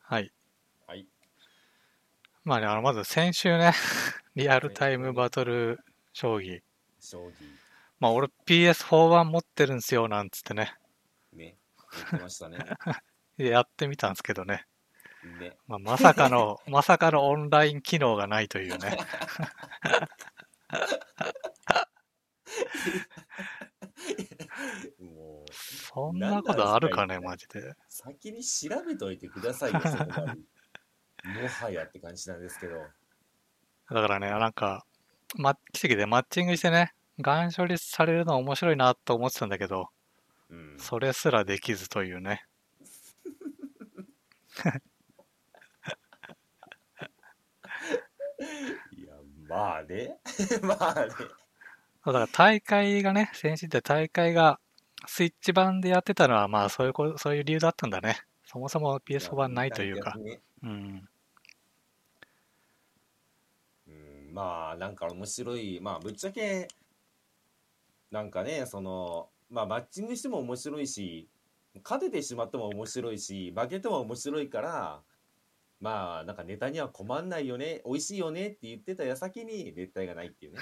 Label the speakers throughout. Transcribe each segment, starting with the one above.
Speaker 1: はい。
Speaker 2: はい。
Speaker 1: まあね、あの、まず先週ね、 リアルタイムバトル将棋。
Speaker 2: 将棋、
Speaker 1: まあ、俺 PS4 版持ってるんすよ、なんつってね。
Speaker 2: ね。言って ましたね。
Speaker 1: やってみたんですけどね。
Speaker 2: ね。
Speaker 1: まあ、まさか の、まさかのオンライン機能がないという ね。
Speaker 2: もう、
Speaker 1: そんなことあるかね、マジで。
Speaker 2: 先に調べといてくださいよ、そ こまで。もはやって感じなんですけど。
Speaker 1: だからね、なんか、ま、奇跡でマッチングしてね、ガン処理されるのは面白いなと思ってたんだけど、
Speaker 2: うん。
Speaker 1: それすらできずというね。
Speaker 2: いや、まあね。 まあね。
Speaker 1: だから大会がね、先週って大会がスイッチ版でやってたのは、まあそういうこ、そういう理由だったんだね。そもそも PS4 版ないというか
Speaker 2: 逆。にね。
Speaker 1: うん。
Speaker 2: うん、まあなんか面白いまあぶっちゃけなんかねそのまあマッチングしても面白いし勝ててしまっても面白いし負けても面白いからまあなんかネタには困んないよね美味しいよねって言ってた矢先に熱帯がないっていうね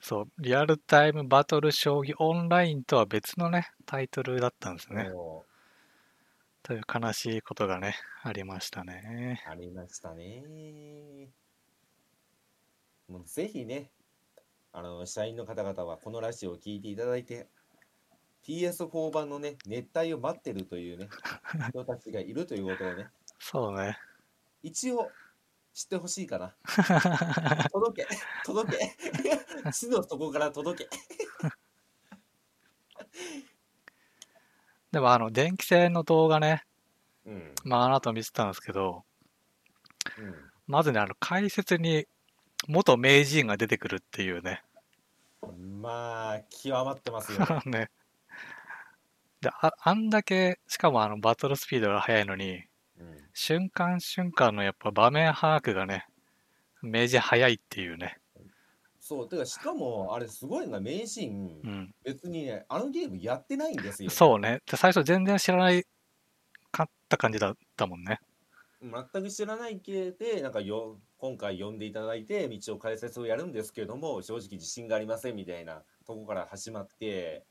Speaker 1: そう、リアルタイムバトル将棋オンラインとは別のね、タイトルだったんですね。
Speaker 2: も
Speaker 1: という悲しいことがね、ありましたね。
Speaker 2: うありましたねもうぜひねあの社員の方々はこのラジオを聞いていただいて PS4 版のね熱帯を待ってるとい うね人たちがいるということをね
Speaker 1: そうね。
Speaker 2: 一応知ってほしい かな届け届け地の底から届け
Speaker 1: でもあの、電気製の動画ね、
Speaker 2: うんうん
Speaker 1: まああなた見てたんですけど、まずね、あの、解説に元名人が出てくるっていうね。
Speaker 2: まあ極まってますよ
Speaker 1: ね。で、あ、あんだけ、しかもあの、バトルスピードが速いのに、
Speaker 2: うん
Speaker 1: 瞬間瞬間のやっぱ場面把握がね、明治速いっていうね。
Speaker 2: そうてかしかもあれすごいのが名シーン
Speaker 1: うん。
Speaker 2: 別にねあのゲームやってないんですよ
Speaker 1: そうね。で、最初全然知らないかった感じだったもんね。
Speaker 2: 全く知らない系でなんかよ今回呼んでいただいて道を解説をやるんですけども正直自信がありませんみたいなとこから始まって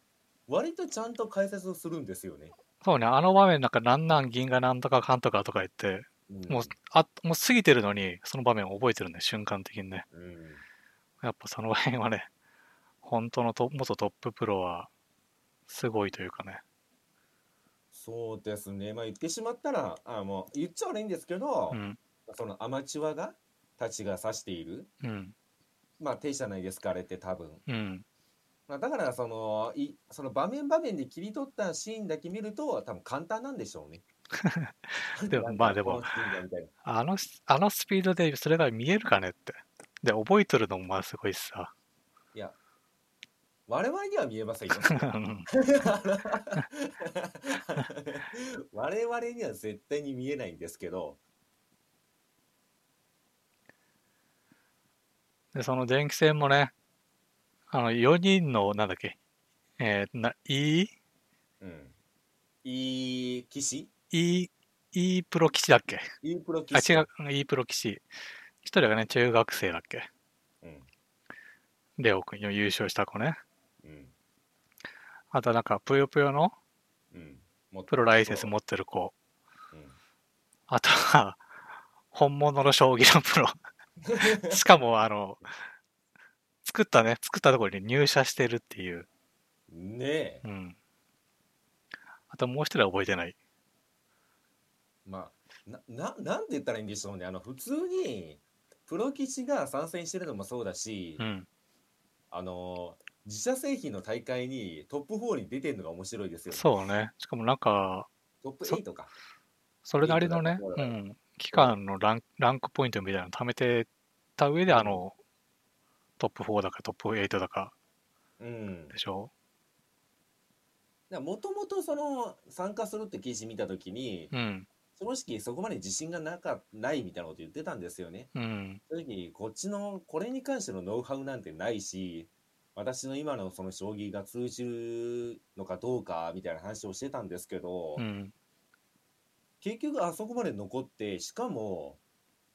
Speaker 2: 割とちゃんと解説をするんですよね、
Speaker 1: そうね、あの場面なんか、なんなん銀がなんとかかんとかとか言って、
Speaker 2: うん
Speaker 1: もう、あ、もう過ぎてるのに、その場面を覚えてるんで、瞬間的にね。
Speaker 2: うん
Speaker 1: やっぱその辺はね、本当のと元トッププロは、すごいというかね。
Speaker 2: そうですね、まあ、言ってしまったらあもう言っちゃ悪いんですけど、
Speaker 1: うん。
Speaker 2: そのアマチュアがたちが指している、
Speaker 1: うん。
Speaker 2: まあ、手じゃないですかあれって多分、
Speaker 1: うん。
Speaker 2: まあ、だからそのいその場面場面で切り取ったシーンだけ見ると多分簡単なんでしょうね。
Speaker 1: でも
Speaker 2: なんか
Speaker 1: まあでも
Speaker 2: このシーンだみたいな
Speaker 1: あのし、あのスピードでそれが見えるかねって。で、覚えてるのもまあすごいし さ。
Speaker 2: いや我々には見えませんよ。
Speaker 1: うん
Speaker 2: 我々には絶対に見えないんですけど、
Speaker 1: で、その電気戦もね、あの、4人の、なんだっけ、えー、な、E?
Speaker 2: うん、いい棋士
Speaker 1: E? E プロ棋士だっけ
Speaker 2: いいプロ棋
Speaker 1: あ、
Speaker 2: 士
Speaker 1: 違う、E プロ棋士。一人がね、中学生だっけ
Speaker 2: うん
Speaker 1: レオ君優勝した子ね。
Speaker 2: うん
Speaker 1: あとなんか、ぷよぷよの
Speaker 2: うん、もっと
Speaker 1: プロライセンス持ってる子。
Speaker 2: うん
Speaker 1: あとは、本物の将棋のプロ。 しかも、あの、作ったね、作ったところに入社してるっていう。
Speaker 2: ねえ、
Speaker 1: うん。あともう一人は覚えてない。
Speaker 2: まあ、な、な、なんて言ったらいいんでしょうね。あの、普通に、プロ棋士が参戦してるのもそうだし、
Speaker 1: うん。
Speaker 2: あの、自社製品の大会にトップ4に出てるのが面白いですよね。
Speaker 1: そうね。しかもなんか、
Speaker 2: トップ8か。
Speaker 1: それなりのね、
Speaker 2: そう
Speaker 1: う
Speaker 2: だ
Speaker 1: ん、期間のランランクポイントみたいなの貯めてた上で、あの、トップ4だかトップ8だか
Speaker 2: うん。
Speaker 1: でしょ
Speaker 2: もともとその、参加するって記事見たときに、
Speaker 1: うん。
Speaker 2: 正直そこまで自信がなか、ないみたいなこと言ってたんですよね。
Speaker 1: うん。
Speaker 2: 正直、こっちの、これに関してのノウハウなんてないし、私の今のその将棋が通じるのかどうかみたいな話をしてたんですけど、
Speaker 1: うん。
Speaker 2: 結局あそこまで残ってしかも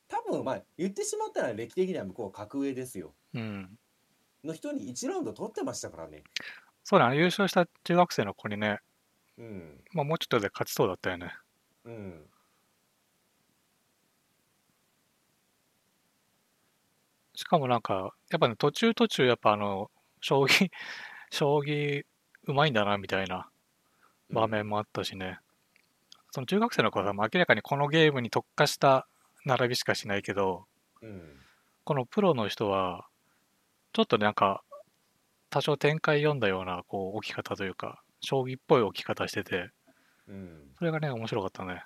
Speaker 2: 多分まあ言ってしまったら歴的には向こう格上ですよ
Speaker 1: うん。
Speaker 2: の人に1ラウンド取ってましたからね
Speaker 1: そうだね、優勝した中学生の子にね、
Speaker 2: うん
Speaker 1: まあ、もうちょっとで勝ちそうだったよね。
Speaker 2: うん
Speaker 1: しかもなんか、やっぱね、途中途中、やっぱあの、将棋、 将棋うまいんだな、みたいな場面もあったしね。その中学生の子は明らかにこのゲームに特化した並びしかしないけど、
Speaker 2: うん
Speaker 1: このプロの人は、ちょっとなんか、多少展開読んだような、こう、置き方というか、将棋っぽい置き方してて、
Speaker 2: うん
Speaker 1: それがね、面白かったね。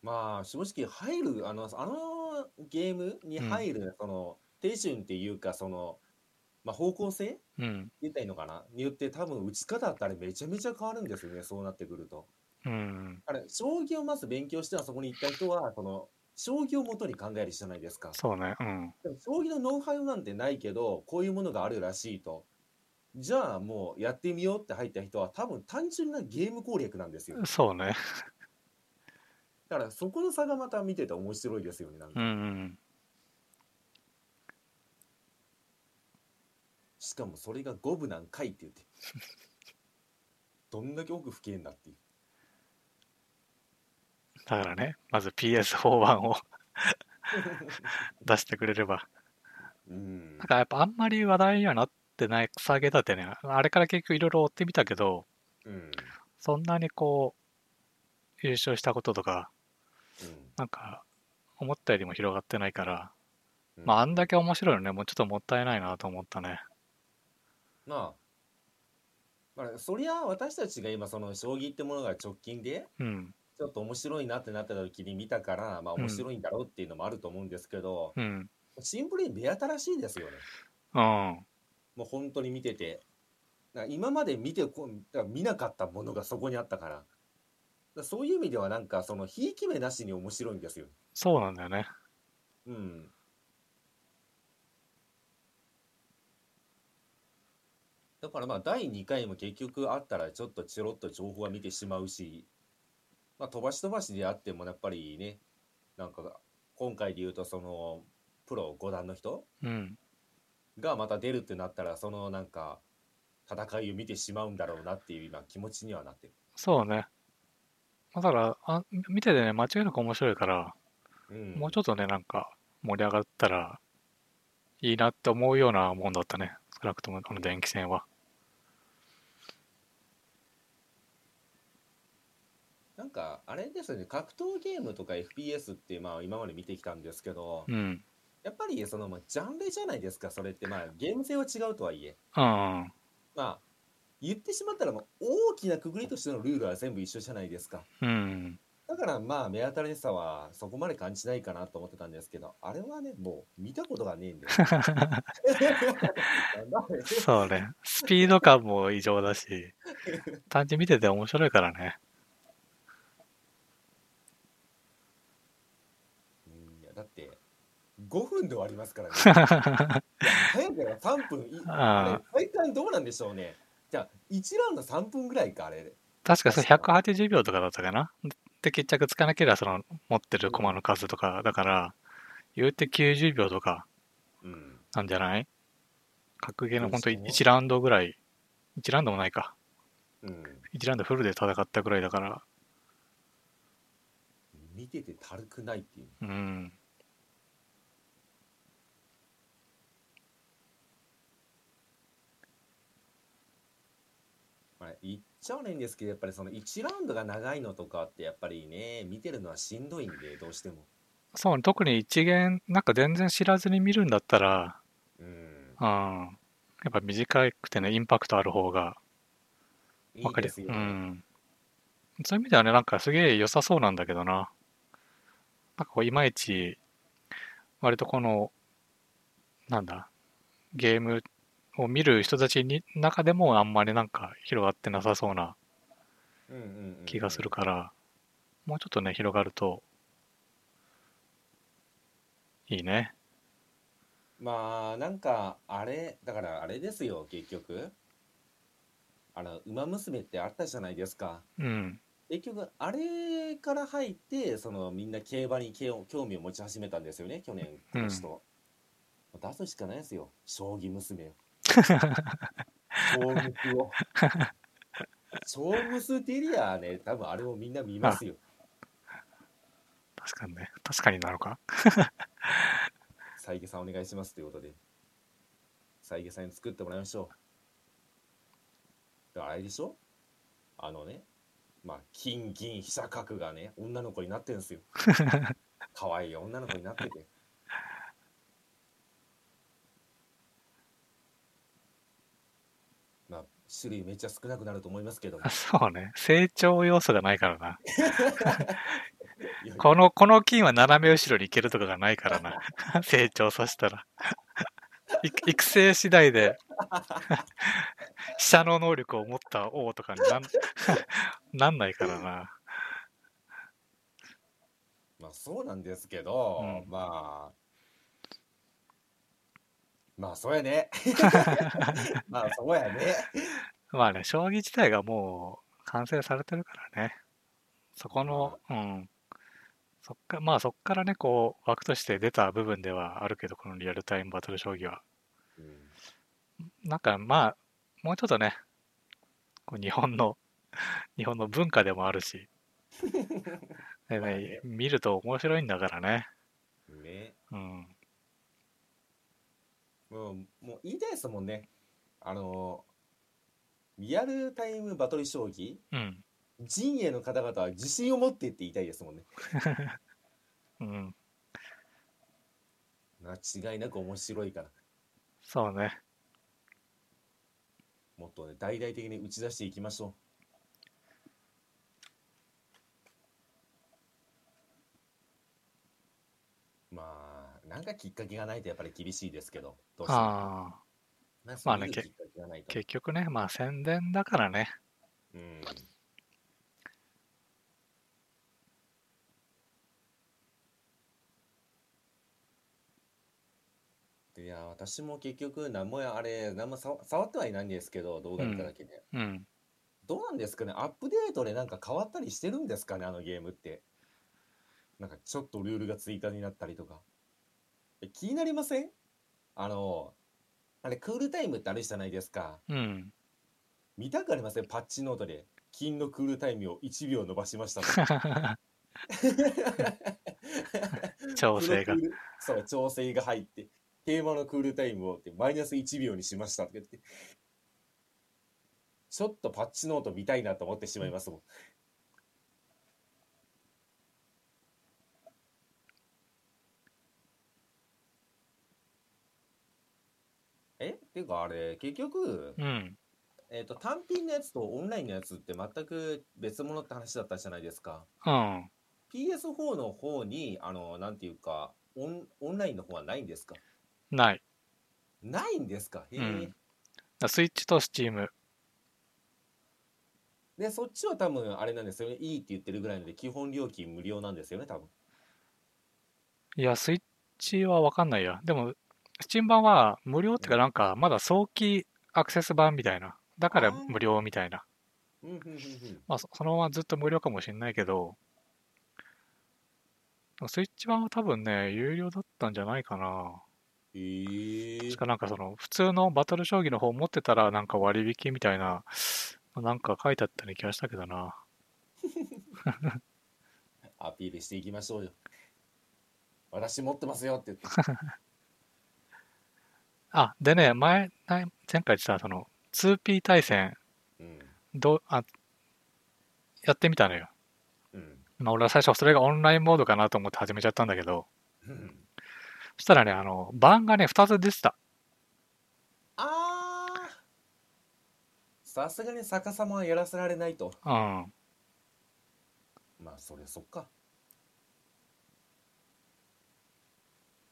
Speaker 2: まあ正直入るあのあのゲームに入る、その手順っていうかその、まあ、方向性
Speaker 1: うん。
Speaker 2: 言ったらいいのかなによって多分打ち方だったらめちゃめちゃ変わるんですよねそうなってくると。
Speaker 1: うん。
Speaker 2: あれ将棋をまず勉強してはそこに行った人はその将棋をもとに考えるじゃないですか。
Speaker 1: そうね。うん。
Speaker 2: でも将棋のノウハウなんてないけどこういうものがあるらしいと。じゃあもうやってみようって入った人は多分単純なゲーム攻略なんですよ。
Speaker 1: そうね。
Speaker 2: だからそこの差がまた見てて面白いですよねなんか
Speaker 1: うん、うん。
Speaker 2: しかもそれが五分なんかいって言って どんだけ奥深えんだっていう
Speaker 1: だからね、まず PS41 を出してくれれば。
Speaker 2: うん
Speaker 1: なんかやっぱあんまり話題にはなってない草毛だってね、あれから結局いろいろ追ってみたけど、
Speaker 2: うんうん
Speaker 1: そんなにこう、優勝したこととか、なんか、思ったよりも広がってないから、
Speaker 2: うん
Speaker 1: まあ、あんだけ面白いのね、もうちょっともったいないなと思ったね。
Speaker 2: まあまあそりゃ私たちが今その将棋ってものが直近で
Speaker 1: うん、
Speaker 2: ちょっと面白いなってなった時に見たからまあ
Speaker 1: うん
Speaker 2: 面白いんだろうっていうのもあると思うんですけど、
Speaker 1: うん、
Speaker 2: シンプルに目新しいですよね
Speaker 1: うん、
Speaker 2: もう本当に見ててだから今まで見てこだから見なかったものがそこにあったからだからそういう意味ではなんかそのひいき目なしに面白いんですよ
Speaker 1: そうなんだよね。
Speaker 2: うんだからまあ第2回も結局あったらちょっとチロッと情報は見てしまうし、まあ、飛ばし飛ばしであってもやっぱりねなんか今回で言うとそのプロ5段の人
Speaker 1: うん、
Speaker 2: がまた出るってなったらそのなんか戦いを見てしまうんだろうなっていう今気持ちにはなってる。
Speaker 1: そうね。まあだからあ、見ててね、間違いなく面白いから、
Speaker 2: うん、
Speaker 1: もうちょっとね、なんか、盛り上がったらいいなって思うようなもんだったね。少なくとも、この電気戦は。
Speaker 2: なんかあれですよね格闘ゲームとか FPS ってまあ今まで見てきたんですけど、
Speaker 1: うん、
Speaker 2: やっぱりそのまあジャンルじゃないですかそれってまあゲーム性は違うとはいえ
Speaker 1: うん、
Speaker 2: まあ言ってしまったらまあ大きなくぐりとしてのルールは全部一緒じゃないですか
Speaker 1: うん、
Speaker 2: だからまあ目新しさはそこまで感じないかなと思ってたんですけどあれはねもう見たことがね えんでなんだあれ
Speaker 1: そうね。スピード感も異常だ し、単純に見てて面白いからね。
Speaker 2: うんいやだって5分で終わりますから ね早いから3分いあ
Speaker 1: あ
Speaker 2: れ体感どうなんでしょうねじゃあ1ラウンド3分ぐらいかあれ
Speaker 1: 確かそれ
Speaker 2: 確
Speaker 1: 180秒とかだったかなで決着つかなければその持ってる駒の数とかだから言うて90秒とか
Speaker 2: うん
Speaker 1: なんじゃない格ゲーの
Speaker 2: そう
Speaker 1: 本
Speaker 2: です
Speaker 1: 当
Speaker 2: ね
Speaker 1: に1ラウンドぐらい1ラウンドもないか
Speaker 2: うん
Speaker 1: 1ラウンドフルで戦ったぐらいだから
Speaker 2: 見ててたるくないっていう
Speaker 1: うん
Speaker 2: まあ、言っちゃ悪いんですけどやっぱりその1ラウンドが長いのとかってやっぱりね見てるのはしんどいんでどうしても
Speaker 1: そうね特に一元なんか全然知らずに見るんだったら
Speaker 2: うん
Speaker 1: うんやっぱ短くてねインパクトある方が
Speaker 2: い
Speaker 1: わ
Speaker 2: い
Speaker 1: かり
Speaker 2: で
Speaker 1: や
Speaker 2: す
Speaker 1: す
Speaker 2: よ、
Speaker 1: うん。そういう意味ではね、なんかすげえ良さそうなんだけどな。なんかこう、いまいち、割とこの、なんだ、ゲームを見る人たちに中でもあんまりなんか広がってなさそうな
Speaker 2: うんうんうんうん
Speaker 1: 気がするから、もうちょっとね、広がると、いいね。
Speaker 2: まあなんかあれだからあれですよ結局あの「ウマ娘」ってあったじゃないですか
Speaker 1: うん。
Speaker 2: 結局あれから入ってそのみんな競馬に興興味を持ち始めたんですよね去
Speaker 1: う
Speaker 2: 年
Speaker 1: ん
Speaker 2: 今年と、出すしかないですよ将棋娘を将棋を将棋ステリアね多分あれをみんな見ますよ
Speaker 1: 確かにね。確かになのか
Speaker 2: 佐伯さんお願いしますということで佐伯さんに作ってもらいましょうだからあれでしょあのねまあ金銀飛車角がね女の子になってるんですよ可愛い女の子になっててまあ種類めっちゃ少なくなると思いますけ ども
Speaker 1: あそうね。成長要素がないからな。
Speaker 2: いやいや
Speaker 1: この、この金は斜め後ろに行けるとかがない からな。成長させたら。い育成次第で、 飛車の能力を持った王とかになん なんないからな。
Speaker 2: まあそうなんですけど、
Speaker 1: うん
Speaker 2: まあまあそう やねまあそうやね
Speaker 1: まあね、将棋自体がもう完成されてるからね。そこの、うん。そっか、まあそっからね、こう、枠として出た部分ではあるけど、このリアルタイムバトル将棋は。
Speaker 2: うん
Speaker 1: なんかまあ、もうちょっとね、こう日本の、 日本の文化でもある し、で
Speaker 2: まあ
Speaker 1: ね
Speaker 2: ね、
Speaker 1: 見ると面白いんだからね。
Speaker 2: ね、
Speaker 1: うん。
Speaker 2: もうもう言いたいですもんね。あのリアルタイムバトル将棋、
Speaker 1: うん。
Speaker 2: 陣営の方々は自信を持ってって言いたいですもんね。
Speaker 1: うん。
Speaker 2: 間違いなく面白いから、
Speaker 1: そうね。
Speaker 2: もっとね、大々的に打ち出していきましょう。まあ、なんかきっかけがないとやっぱり厳しいですけど、どうしても
Speaker 1: ああ。
Speaker 2: なんかそう
Speaker 1: まあね
Speaker 2: いうき
Speaker 1: け
Speaker 2: っかけがないと。
Speaker 1: 結局ね、まあ宣伝だからね。
Speaker 2: うんいや私も結局何もあれ何もさ触ってはいないんですけど動画見ただけで、
Speaker 1: うん。
Speaker 2: どうなんですかねアップデートでなんか変わったりしてるんですかねあのゲームってなんかちょっとルールが追加になったりとかえ気になりませんあのあれクールタイムってあるじゃないですか
Speaker 1: うん。
Speaker 2: 見たくありませんパッチノートで金のクールタイムを1秒伸ばしましたと
Speaker 1: 調整が
Speaker 2: プロクー。ルそう調整が入ってテーマのクールタイムをってマイナス1秒にしましたって言ってちょっとパッチノート見たいなと思ってしまいますもんえっていうかあれ結局、
Speaker 1: うん。
Speaker 2: えー、と単品のやつとオンラインのやつって全く別物って話だったじゃないですか
Speaker 1: うん。
Speaker 2: PS4 の方にあのなんていうかオンオンラインの方はないんですか
Speaker 1: ない。
Speaker 2: ないんですかへえ、
Speaker 1: うんスイッチとスチーム。
Speaker 2: でそっちは多分あれなんですよねいいって言ってるぐらいので基本料金無料なんですよね多分
Speaker 1: いや、スイッチはわかんないや。でも、スチーム版は無料っていうか、なんか、まだ早期アクセス版みたいな。だから
Speaker 2: あー
Speaker 1: 無料みたいな。
Speaker 2: うんうんうんうん
Speaker 1: まあ、そそのままずっと無料かもしれないけど、スイッチ版は多分ね、有料だったんじゃないかな。
Speaker 2: へえ
Speaker 1: しかなんかその、普通のバトル将棋の方持ってたら、なんか割引みたいな、なんか書いてあったような気がしたけどな。
Speaker 2: アピールしていきましょうよ私持ってますよって言って
Speaker 1: あ、でね、前、前前回言ってた、その、2P 対戦、
Speaker 2: うん
Speaker 1: どう、あ、やってみたのよ。
Speaker 2: うん
Speaker 1: まあ、俺は最初それがオンラインモードかなと思って始めちゃったんだけど、
Speaker 2: うん
Speaker 1: そしたらね、あの、版がね、2つ出てた。
Speaker 2: あーさすがに逆さまはやらせられないと
Speaker 1: うん。
Speaker 2: まあそれそっか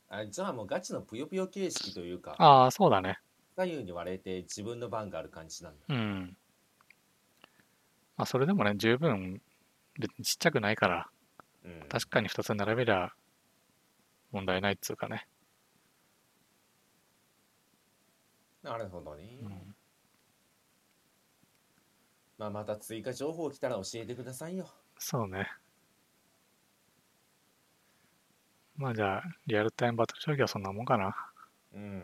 Speaker 2: あじゃあもうガチのぷよぷよ形式というか
Speaker 1: ああ、そうだね。
Speaker 2: 左右に割れて自分の番がある感じなんだ
Speaker 1: うん。まあ、それでもね、十分、別にちっちゃくないから、
Speaker 2: うん
Speaker 1: 確かに2つ並べりゃ、問題ないっつうかね。
Speaker 2: なるほどね、
Speaker 1: うん
Speaker 2: まあ、また追加情報来たら教えてくださいよ。
Speaker 1: そうね。まあじゃあ、リアルタイムバトル将棋はそんなもんかな。
Speaker 2: うん。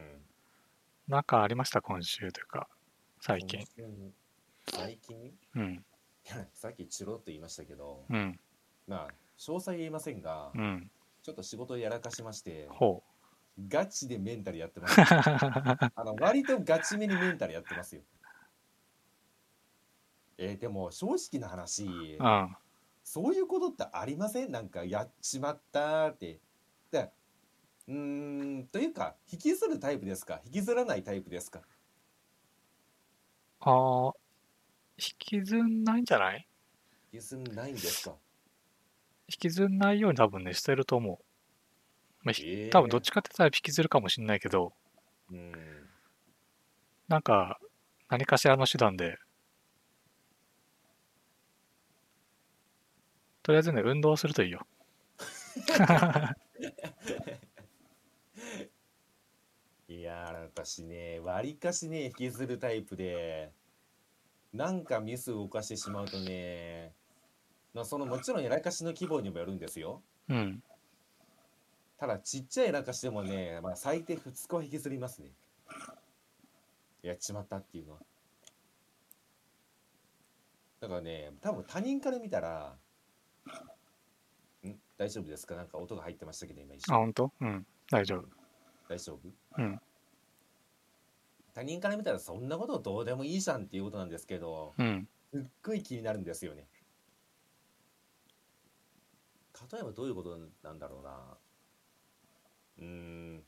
Speaker 1: なんかありました、今週というか、最近。。
Speaker 2: 最近 い
Speaker 1: うん、
Speaker 2: やさっきチロッと言いましたけど、
Speaker 1: うん、
Speaker 2: まあ、詳細言いませんが、
Speaker 1: うん。
Speaker 2: ちょっと仕事をやらかしまして、
Speaker 1: ほう。
Speaker 2: ガチでメンタルやってま す。あの割とガチめにメンタルやってますよ。えーでも正直な話、
Speaker 1: うん、
Speaker 2: そういうことってありませんなんかやっちまったーって。でうーんというか引きずるタイプですか引きずらないタイプですか
Speaker 1: あー引きずんないんじゃない
Speaker 2: 引きずんないんですか
Speaker 1: 引きずんないように多分ね、してると思う。まあ、ひ
Speaker 2: えー
Speaker 1: 多分どっちかって言ったら引きずるかもしんないけど、
Speaker 2: うん
Speaker 1: なんか、何かしらの手段で、とりあえずね、運動するといいよ。
Speaker 2: いやー私ねわりかしね引きずるタイプでなんかミスを犯してしまうとねまあそのもちろんやらかしの規模にもよるんですよ
Speaker 1: うん。
Speaker 2: ただちっちゃいなんかしてもね、まあ、最低2日は引きずりますねやっちまったっていうのはだからね多分他人から見たらん大丈夫ですかなんか音が入ってましたけど今一
Speaker 1: あ、
Speaker 2: 緒
Speaker 1: ほんとうん。大丈夫。
Speaker 2: 大丈夫
Speaker 1: うん。
Speaker 2: 他人から見たらそんなことどうでもいいじゃんっていうことなんですけど
Speaker 1: うん。
Speaker 2: すっごい気になるんですよね例えばどういうことなんだろうなうーん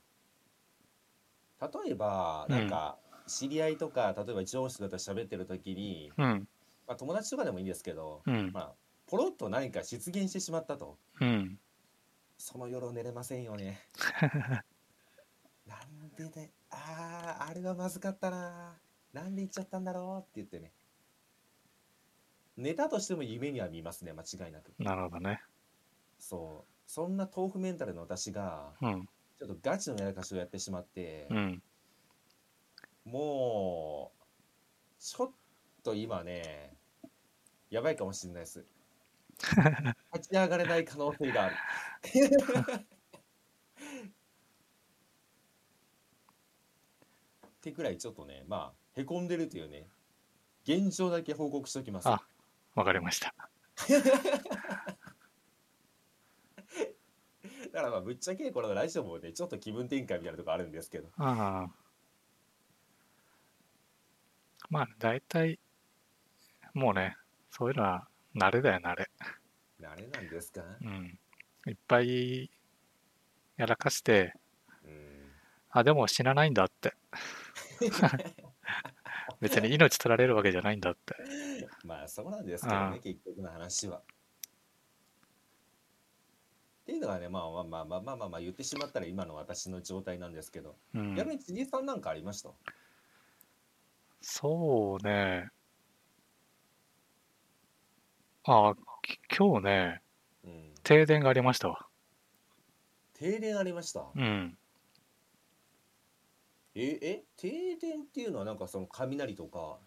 Speaker 2: 例えば
Speaker 1: うん
Speaker 2: なんか知り合いとか、例えば上司とかと喋ってる時に、
Speaker 1: うん。
Speaker 2: まあ、友達とかでもいいんですけど、
Speaker 1: うん。
Speaker 2: まあ、ポロッと何か失言してしまったと
Speaker 1: うん。
Speaker 2: その夜寝れませんよねなんでであああれはまずかったななんで言っちゃったんだろうって言ってね寝たとしても夢には見ますね間違いなく
Speaker 1: なるほどね。
Speaker 2: そうそんな豆腐メンタルの私が
Speaker 1: うん。
Speaker 2: ちょっとガチのやらかしをやってしまって、
Speaker 1: うん。
Speaker 2: もうちょっと今ねやばいかもしれないです立ち上がれない可能性があるってくらいちょっとねまあへこんでるというね現状だけ報告しておきます
Speaker 1: あわかりました。
Speaker 2: だからまあぶっちゃけこれは来週もねちょっと気分転換みたいなとこあるんですけど
Speaker 1: ああ。まあ、大体、もうね、そういうのは慣れだよ、慣れ。
Speaker 2: あれなんですか
Speaker 1: うん。いっぱいやらかして、
Speaker 2: うん
Speaker 1: あ、でも死なないんだ って。別に命取られるわけじゃないんだって。
Speaker 2: まあそうなんですけど
Speaker 1: う
Speaker 2: ね
Speaker 1: ん
Speaker 2: 結局の話は。っていうのがねまあまあまあまあまあまあ、まあ、言ってしまったら今の私の状態なんですけど、
Speaker 1: うん。
Speaker 2: 逆に辻さんなんかありました
Speaker 1: そうね。あ、き今日ね、
Speaker 2: うん
Speaker 1: 停電がありましたわ。
Speaker 2: 停電ありました、
Speaker 1: うん。
Speaker 2: ええ停電っていうのはなんかその雷とか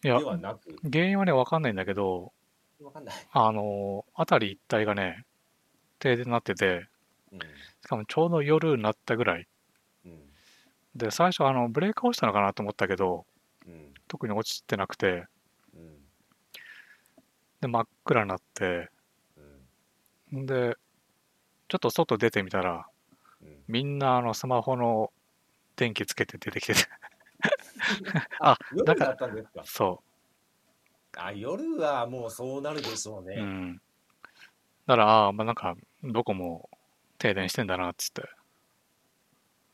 Speaker 1: い
Speaker 2: で
Speaker 1: や、
Speaker 2: はなく
Speaker 1: 原因はね、わかんないんだけど、
Speaker 2: わかんない、
Speaker 1: あのー、辺り一帯がね、停電になってて、
Speaker 2: うん
Speaker 1: しかもちょうど夜になったぐらい。
Speaker 2: うん
Speaker 1: で、最初、あの、ブレーカー落ちたのかなと思ったけど、
Speaker 2: うん
Speaker 1: 特に落ちてなくて、
Speaker 2: うん
Speaker 1: で、真っ暗になって、
Speaker 2: うん
Speaker 1: で、ちょっと外出てみたら、
Speaker 2: うん
Speaker 1: みんな、あの、スマホの電気つけて出てきて て、あだ
Speaker 2: 夜
Speaker 1: から
Speaker 2: だったんですか
Speaker 1: そう。
Speaker 2: あ夜はもうそうなるでしょうね、
Speaker 1: うん。だから、ああ、まあなんか、どこも停電してんだな、っつって。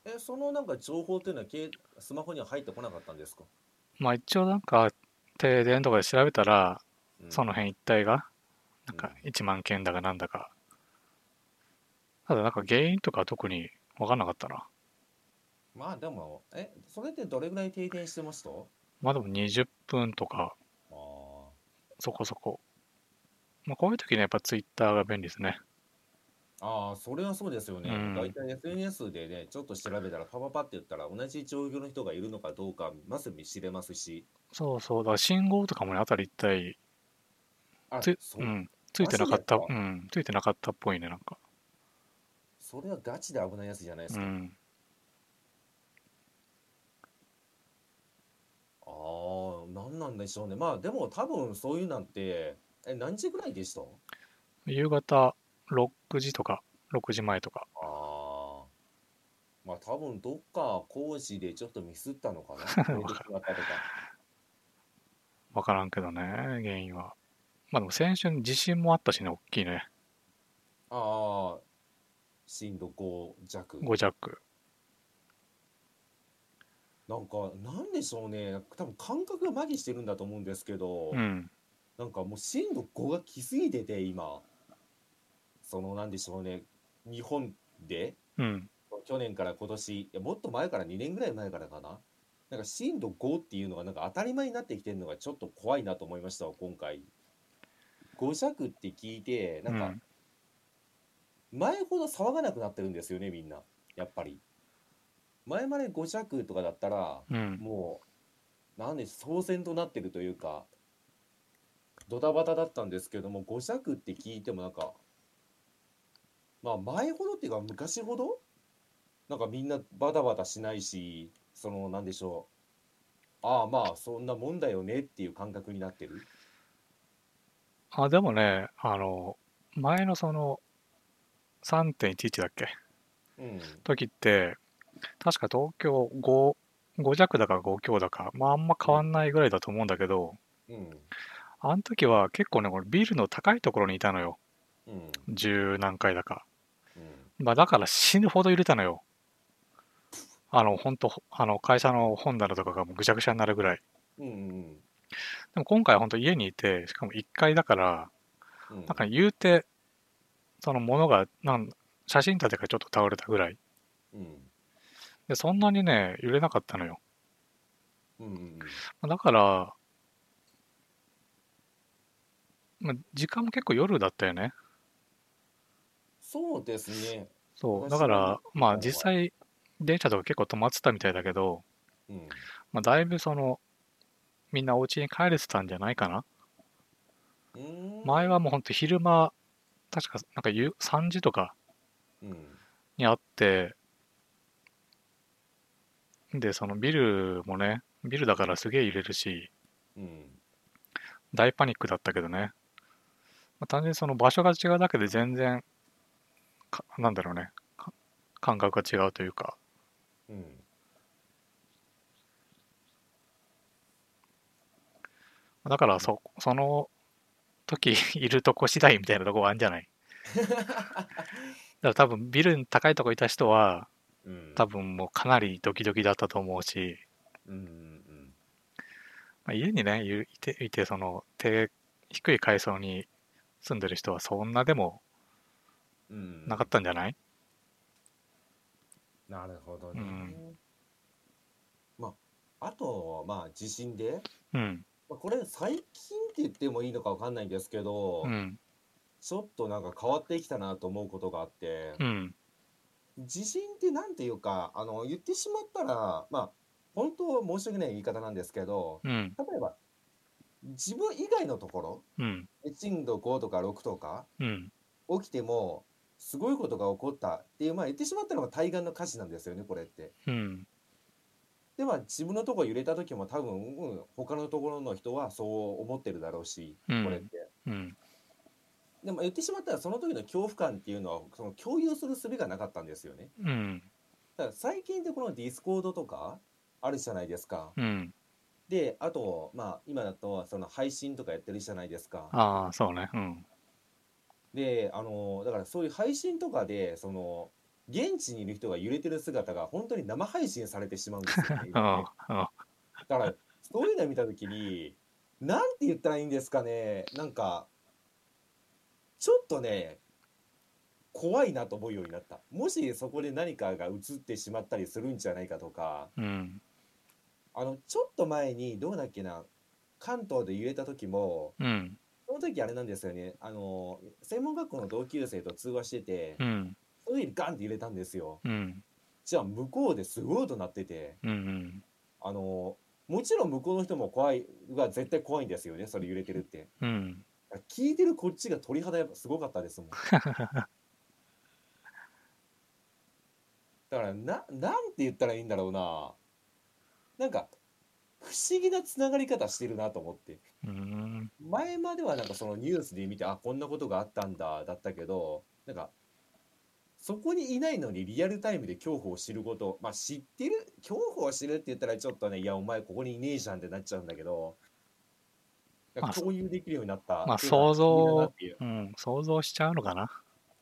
Speaker 2: えそのなんか情報っていうのはけスマホには入ってこなかったんですか、
Speaker 1: まあ一応なんか、停電とかで調べたら、
Speaker 2: うん
Speaker 1: その辺一帯が、なんか
Speaker 2: う
Speaker 1: 1万件だかなんだか。ただなんか原因とかは特に分かんなかったな。
Speaker 2: まあでも、え、それってどれぐらい停電してますと
Speaker 1: まあでも20分とか、
Speaker 2: ああ。
Speaker 1: そこそこ。まあこういう時ね、やっぱツイッターが便利ですね。
Speaker 2: ああ、それはそうですよね。
Speaker 1: うん
Speaker 2: 大体 SNS でね、ちょっと調べたら、パパパって言ったら、同じ状況の人がいるのかどうか、まず見知れますし、
Speaker 1: そうそう、だから信号とかもね、あたり一体
Speaker 2: あ、
Speaker 1: つ,、
Speaker 2: そうう、
Speaker 1: ん、ついてなかった、
Speaker 2: マジ
Speaker 1: う
Speaker 2: で
Speaker 1: ん、ついてなかったっぽいね、なんか。
Speaker 2: それはガチで危ないやつじゃないで
Speaker 1: う
Speaker 2: すか。
Speaker 1: ん、
Speaker 2: ああ、なんなんでしょうね。まあ、でも多分そういうなんて、え、何時ぐらいでしたあ
Speaker 1: 夕方6時とか、6時前とか。
Speaker 2: あ、まあ多分どっか講師でちょっとミスったのか な。寝てしまったとか。
Speaker 1: わからんけどね、原因は。まあでも先週の地震もあったしね、大きいね。
Speaker 2: ああ、震度5弱。
Speaker 1: 5弱。
Speaker 2: なんか、なんでしょうね。多分感覚が麻痺してるんだと思うんですけど
Speaker 1: う、ん。
Speaker 2: なんかもう震度5が来すぎてて、今。その、なんでしょうね。日本で、
Speaker 1: うん。
Speaker 2: 去年から今年、いや、もっと前から2年ぐらい前からかな。なんか震度5っていうのがなんか当たり前になってきてるのがちょっと怖いなと思いましたわ、今回。5弱って聞いて、なん
Speaker 1: う
Speaker 2: か
Speaker 1: ん
Speaker 2: 前ほど騒がなくなってるんですよね、みんな。やっぱり。前まで5弱とかだったら、
Speaker 1: うん。
Speaker 2: もう、なんで騒然となってるというか、ドタバタだったんですけども、5弱って聞いてもなんか、まあ前ほどっていうか昔ほど、なんかみんなバタバタしないし、その、なんでしょう。ああまあ、そんなもんだよねっていう感覚になってる。
Speaker 1: あ、でもね、あの、前のその、3.11だっけ
Speaker 2: うん。
Speaker 1: 時って、確か東京5、5弱だか5強だか、まああんま変わんないぐらいだと思うんだけど、
Speaker 2: うん。
Speaker 1: あの時は結構ね、これビルの高いところにいたのよ。
Speaker 2: うん。
Speaker 1: 十何階だか。
Speaker 2: うん。
Speaker 1: まあだから死ぬほど揺れたのよ。あの、ほんと、あの、会社の本棚とかがもうぐちゃぐちゃになるぐらい。
Speaker 2: うんうん
Speaker 1: でも今回ほんと家にいて、しかも1階だから、
Speaker 2: うん。うん
Speaker 1: なんか言うて、その物が、なん写真立てがちょっと倒れたぐらい。
Speaker 2: うん
Speaker 1: で、そんなにね、揺れなかったのよ。
Speaker 2: うんうん
Speaker 1: まあだから、まあ、時間も結構夜だったよね。
Speaker 2: そうですね。
Speaker 1: そう。
Speaker 2: 私
Speaker 1: だから、まあ
Speaker 2: も
Speaker 1: 実際、電車とか結構止まってたみたいだけど、
Speaker 2: うん。
Speaker 1: まあだいぶその、みんなお家に帰れてたんじゃないかな。
Speaker 2: うーん
Speaker 1: 前はもうほんと昼間、確かなんか夕3時とか
Speaker 2: うん。
Speaker 1: にあって、で、そのビルもね、ビルだからすげえ揺れるし、
Speaker 2: うん。
Speaker 1: 大パニックだったけどね。まあ、単純にその場所が違うだけで全然、かなんだろうね、か感覚が違うというか、
Speaker 2: うん。
Speaker 1: だからそ、その時 いるとこ次第みたいなとこはあるんじゃないだから多分ビルの高いとこいた人は、
Speaker 2: うん
Speaker 1: 多分もうかなりドキドキだったと思うし、
Speaker 2: うんうん
Speaker 1: まあ、家にね、いいて、いて、その、低、低い階層に住んでる人はそんなでも
Speaker 2: うんうん
Speaker 1: なかったんじゃない
Speaker 2: なるほどね、
Speaker 1: うん
Speaker 2: まああとまあ地震で、
Speaker 1: うん、
Speaker 2: まあ、これ最近って言ってもいいのかわかんないんですけど、
Speaker 1: うん、
Speaker 2: ちょっとなんか変わってきたなと思うことがあって、
Speaker 1: うん、
Speaker 2: 地震ってなんていうかあの言ってしまったらまあ本当申し訳ない言い方なんですけど
Speaker 1: うん、
Speaker 2: 例えば自分以外のところ
Speaker 1: うん、
Speaker 2: 震度5とか6とか
Speaker 1: うん、
Speaker 2: 起きてもすごいことが起こったっていうまあ言ってしまったのが対岸の火事なんですよねこれって。
Speaker 1: うん、
Speaker 2: では自分のところ揺れた時も多分、うん、他のところの人はそう思ってるだろうし、
Speaker 1: うん
Speaker 2: これって。
Speaker 1: うん、
Speaker 2: でも言ってしまったらその時の恐怖感っていうのはその共有する術がなかったんですよね。
Speaker 1: うん、
Speaker 2: だから最近ってこのディスコードとかあるじゃないですか。
Speaker 1: うん、
Speaker 2: であとまあ今だとその配信とかやってるじゃないですか。
Speaker 1: ああ、そうね、うん、
Speaker 2: であのだからそういう配信とかでその現地にいる人が揺れてる姿が本当に生配信されてしまうんですよ
Speaker 1: う
Speaker 2: ね今ね
Speaker 1: ん、うん、
Speaker 2: だからそういうの見た時になんて言ったらいいんですかねなんかちょっとね怖いなと思うようになったもしそこで何かが映ってしまったりするんじゃないかとか
Speaker 1: うん、
Speaker 2: あのちょっと前にどうだっけな関東で揺れた時も
Speaker 1: うん、
Speaker 2: そその時あれなんですよねあの専門学校の同級生と通話してて、
Speaker 1: うん、
Speaker 2: その時ガンって揺れたんですよ
Speaker 1: うん、
Speaker 2: じゃあ向こうですごい音鳴ってて
Speaker 1: うん、うん、
Speaker 2: あのもちろん向こうの人も怖いが絶対怖いんですよねそれ揺れてるって
Speaker 1: うん。
Speaker 2: 聞いてるこっちが鳥肌やっぱすごかったですもんだからななんて言ったらいいんだろうななんか不思議なつながり方してるなと思って
Speaker 1: うーん、
Speaker 2: 前まではなんかそのニュースで見てあこんなことがあったんだだったけどなんかそこにいないのにリアルタイムで恐怖を知ることまあ知ってる恐怖を知るって言ったらちょっとねいやお前ここにいねえじゃんってなっちゃうんだけどなんか
Speaker 1: まあ
Speaker 2: 共有できるようになった
Speaker 1: まあ
Speaker 2: っていうの
Speaker 1: 想
Speaker 2: は
Speaker 1: 像
Speaker 2: 不思議だなっていう
Speaker 1: うん、想像しちゃうのかな。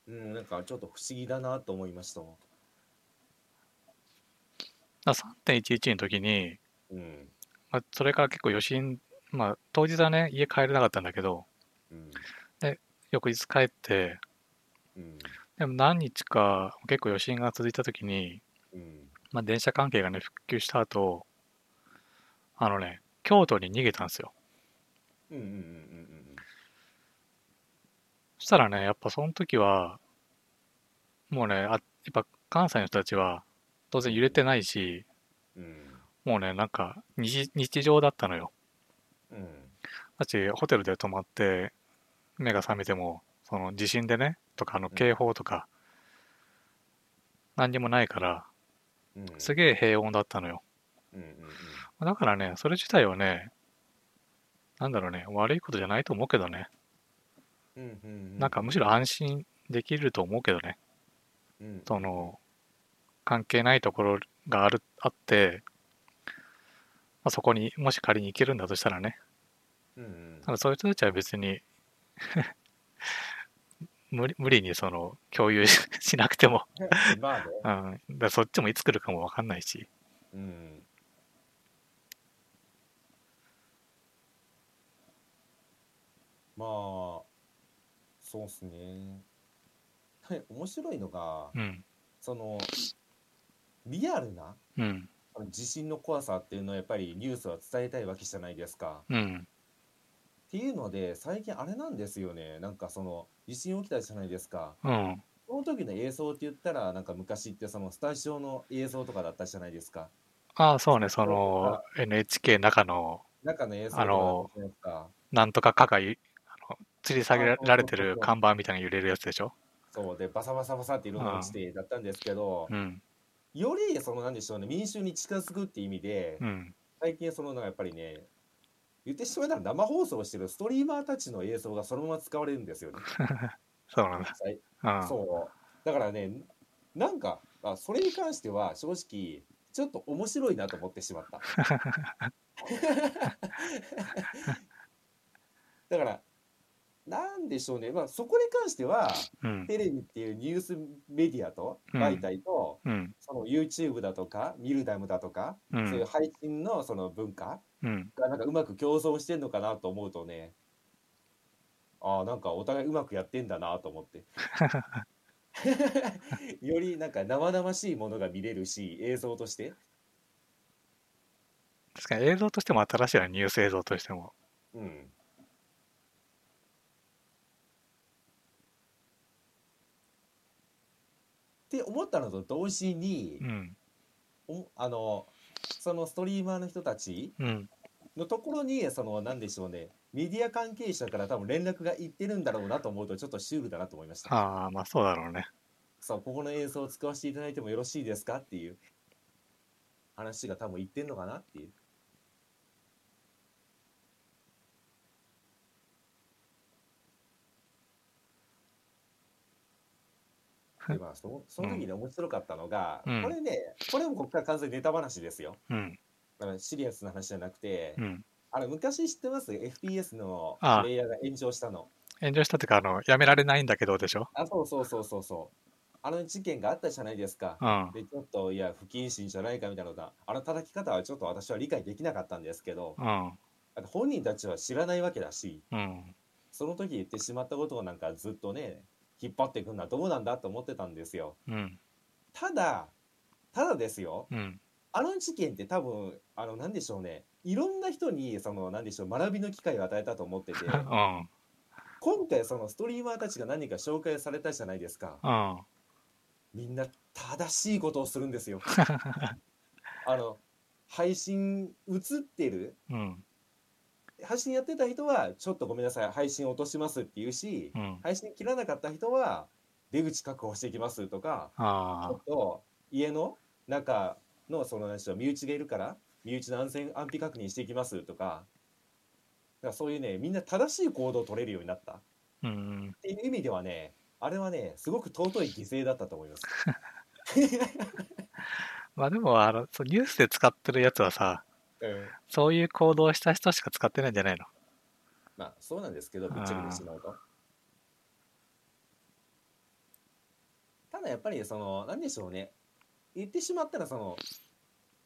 Speaker 2: うんなんかちょっと不思議だなと思いましたも
Speaker 1: だから3.11の時に、
Speaker 2: んうん
Speaker 1: まあ、それから結構余震、まあ、当日はね、家帰れなかったんだけど、
Speaker 2: うん
Speaker 1: 翌日帰って、
Speaker 2: うん
Speaker 1: でも何日か結構余震が続いた時に、
Speaker 2: うん
Speaker 1: まあ、電車関係がね、復旧した後、あのね、京都に逃げたんですよ。
Speaker 2: うんうんうんうん
Speaker 1: そしたらね、やっぱその時は、もうね、あやっぱ関西の人たちは当然揺れてないし、
Speaker 2: うんうん
Speaker 1: もうね、なんか日日常だったのよ。
Speaker 2: うん
Speaker 1: だし、ホテルで泊まって、目が覚めても、その地震でね、とか、あの
Speaker 2: ん
Speaker 1: 警報とか、何にもないから、
Speaker 2: うんうん
Speaker 1: すげえ平穏だったのよ。
Speaker 2: うんうん
Speaker 1: だからね、それ自体はね、なんだろうね、悪いことじゃないと思うけどね。
Speaker 2: うんうんうん
Speaker 1: なんかむしろ安心できると思うけどね。
Speaker 2: うん
Speaker 1: その、関係ないところがある、あって、まあ、そこにもし仮に行けるんだとしたらね、
Speaker 2: うんうん
Speaker 1: ただそういう人たちは別に 無理、無理にその、共有し しなくても、
Speaker 2: まあね
Speaker 1: うん、だからそっちもいつ来るかもわかんないし、
Speaker 2: うんまあそうっすね はい面白いのが
Speaker 1: うん、
Speaker 2: そのリアルな
Speaker 1: うん、
Speaker 2: その地震の怖さっていうのをやっぱりニュースは伝えたいわけじゃないですか。
Speaker 1: うん、
Speaker 2: っていうので最近あれなんですよねなんかその地震起きたじゃないですか
Speaker 1: うん、
Speaker 2: その時の映像って言ったらなんか昔ってそのスタジオの映像とかだったじゃないですか
Speaker 1: ああ、そうね、その、NHK の中の、
Speaker 2: 中の映像とかだったじゃないですか。
Speaker 1: なんとかかがい、あの吊り下げられてる看板みたいなの揺れるやつでしょ
Speaker 2: そうでバサバサバサって色が落ちてだったんですけど、
Speaker 1: うん、
Speaker 2: よりそのなんでしょうね民衆に近づくって意味で、
Speaker 1: うん、
Speaker 2: 最近そのなんかやっぱりね言ってしまえたら生放送してるストリーマーたちの映像がそのまま使われるんですよね。
Speaker 1: そうなんだ。
Speaker 2: はい
Speaker 1: うん、
Speaker 2: そうだからねなんかあそれに関しては正直ちょっと面白いなと思ってしまった。 だからなんでしょうね、まあ、そこに関しては
Speaker 1: うん、
Speaker 2: テレビっていうニュースメディアと媒体と、
Speaker 1: うん、
Speaker 2: その YouTube だとかミルダムだとか、
Speaker 1: う、
Speaker 2: そういうん配信のその文化
Speaker 1: うん、
Speaker 2: がなんかうまく競争してんのかなと思うとねああなんかお互いうまくやってんだなと思ってよりなんか生々しいものが見れるし映像として、
Speaker 1: 確かに映像としても新しいよね、ニュース映像としても。
Speaker 2: うん、って思ったのと同時に、
Speaker 1: うん、
Speaker 2: おあのそのストリーマーの人たち
Speaker 1: うん、
Speaker 2: のところにそのなんでしょうねメディア関係者から多分連絡がいってるんだろうなと思うとちょっとシュールだなと思いました
Speaker 1: ああ、まあそうだろうね。
Speaker 2: さあここの映像を使わせていただいてもよろしいですかっていう話が多分いってんのかなっていうでまあ、そその時に面白かったのが、
Speaker 1: うん
Speaker 2: これねこれもここから完全にネタ話ですよ
Speaker 1: うん、
Speaker 2: だからシリアスな話じゃなくて、
Speaker 1: うん。
Speaker 2: あれ昔知ってます FPS のプ
Speaker 1: ああ
Speaker 2: レイヤーが炎上したの
Speaker 1: 炎上したっていうか、あの、やめられないんだけどでしょ
Speaker 2: あそうそうそうそうそうあの事件があったじゃないですか
Speaker 1: うん、
Speaker 2: でちょっといや不謹慎じゃないかみたいなのがあの叩き方はちょっと私は理解できなかったんですけど
Speaker 1: うん、
Speaker 2: だって本人たちは知らないわけだし
Speaker 1: うん、
Speaker 2: その時言ってしまったことをなんかずっとね引っ張っていくのはどうなんだと思ってたんですよ
Speaker 1: うん、
Speaker 2: ただただですよ
Speaker 1: うん、
Speaker 2: あの事件って多分あの何でしょうねいろんな人にその何でしょう学びの機会を与えたと思ってて
Speaker 1: うん、
Speaker 2: 今回そのストリーマーたちが何か紹介されたじゃないですか
Speaker 1: うん。
Speaker 2: みんな正しいことをするんですよあの配信映ってる
Speaker 1: うん。
Speaker 2: 配信やってた人はちょっとごめんなさい配信落としますって言うし
Speaker 1: うん。
Speaker 2: 配信切らなかった人は出口確保していきますとかちょ
Speaker 1: あ
Speaker 2: っと家の中のその何でしょう身内がいるから身内の安全安否確認していきますとかだからそういうねみんな正しい行動を取れるようになったっ
Speaker 1: あ。うん。
Speaker 2: ていう意味ではねあれはねすごく尊い犠牲だったと思います。
Speaker 1: まあでも、あの、そうニュースで使ってるやつはさ、
Speaker 2: うん
Speaker 1: そういう行動をした人しか使ってないんじゃないの
Speaker 2: まあそうなんですけどぶっちゃけてしまうと。ただやっぱりその何でしょうね言ってしまったらその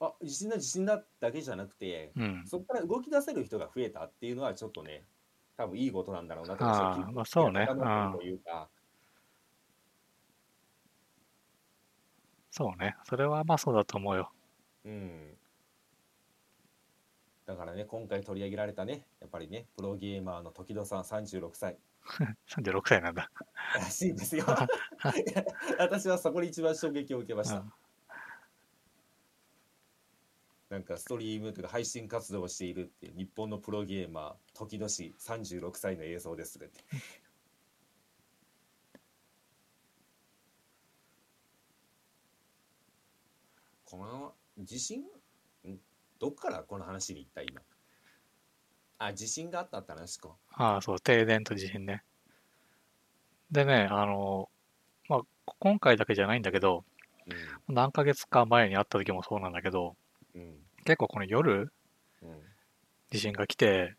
Speaker 2: あ地震だ地震だだけじゃなくて
Speaker 1: うん。
Speaker 2: そこから動き出せる人が増えたっていうのはちょっとね多分いいことなんだろうなと
Speaker 1: ああまあそうね
Speaker 2: 気が高まってるというか
Speaker 1: そうね。それはまあそうだと思うよ。
Speaker 2: うんだからね今回取り上げられたねやっぱりねプロゲーマーの時戸さん36歳
Speaker 1: 36歳なんだ。
Speaker 2: らしいんですよいや 私はそこに一番衝撃を受けました、
Speaker 1: うん
Speaker 2: なんかストリームというか配信活動をしているっていう日本のプロゲーマー時戸氏36歳の映像ですってこの地震んどっからこの話に行った今あ地震があったって話か
Speaker 1: ああ、そう、停電と地震ね。でね、あの、まあ、今回だけじゃないんだけど、何ヶ月か前に会った時もそうなんだけど、
Speaker 2: うんうん
Speaker 1: 結構この夜、
Speaker 2: うん
Speaker 1: 地震が来て、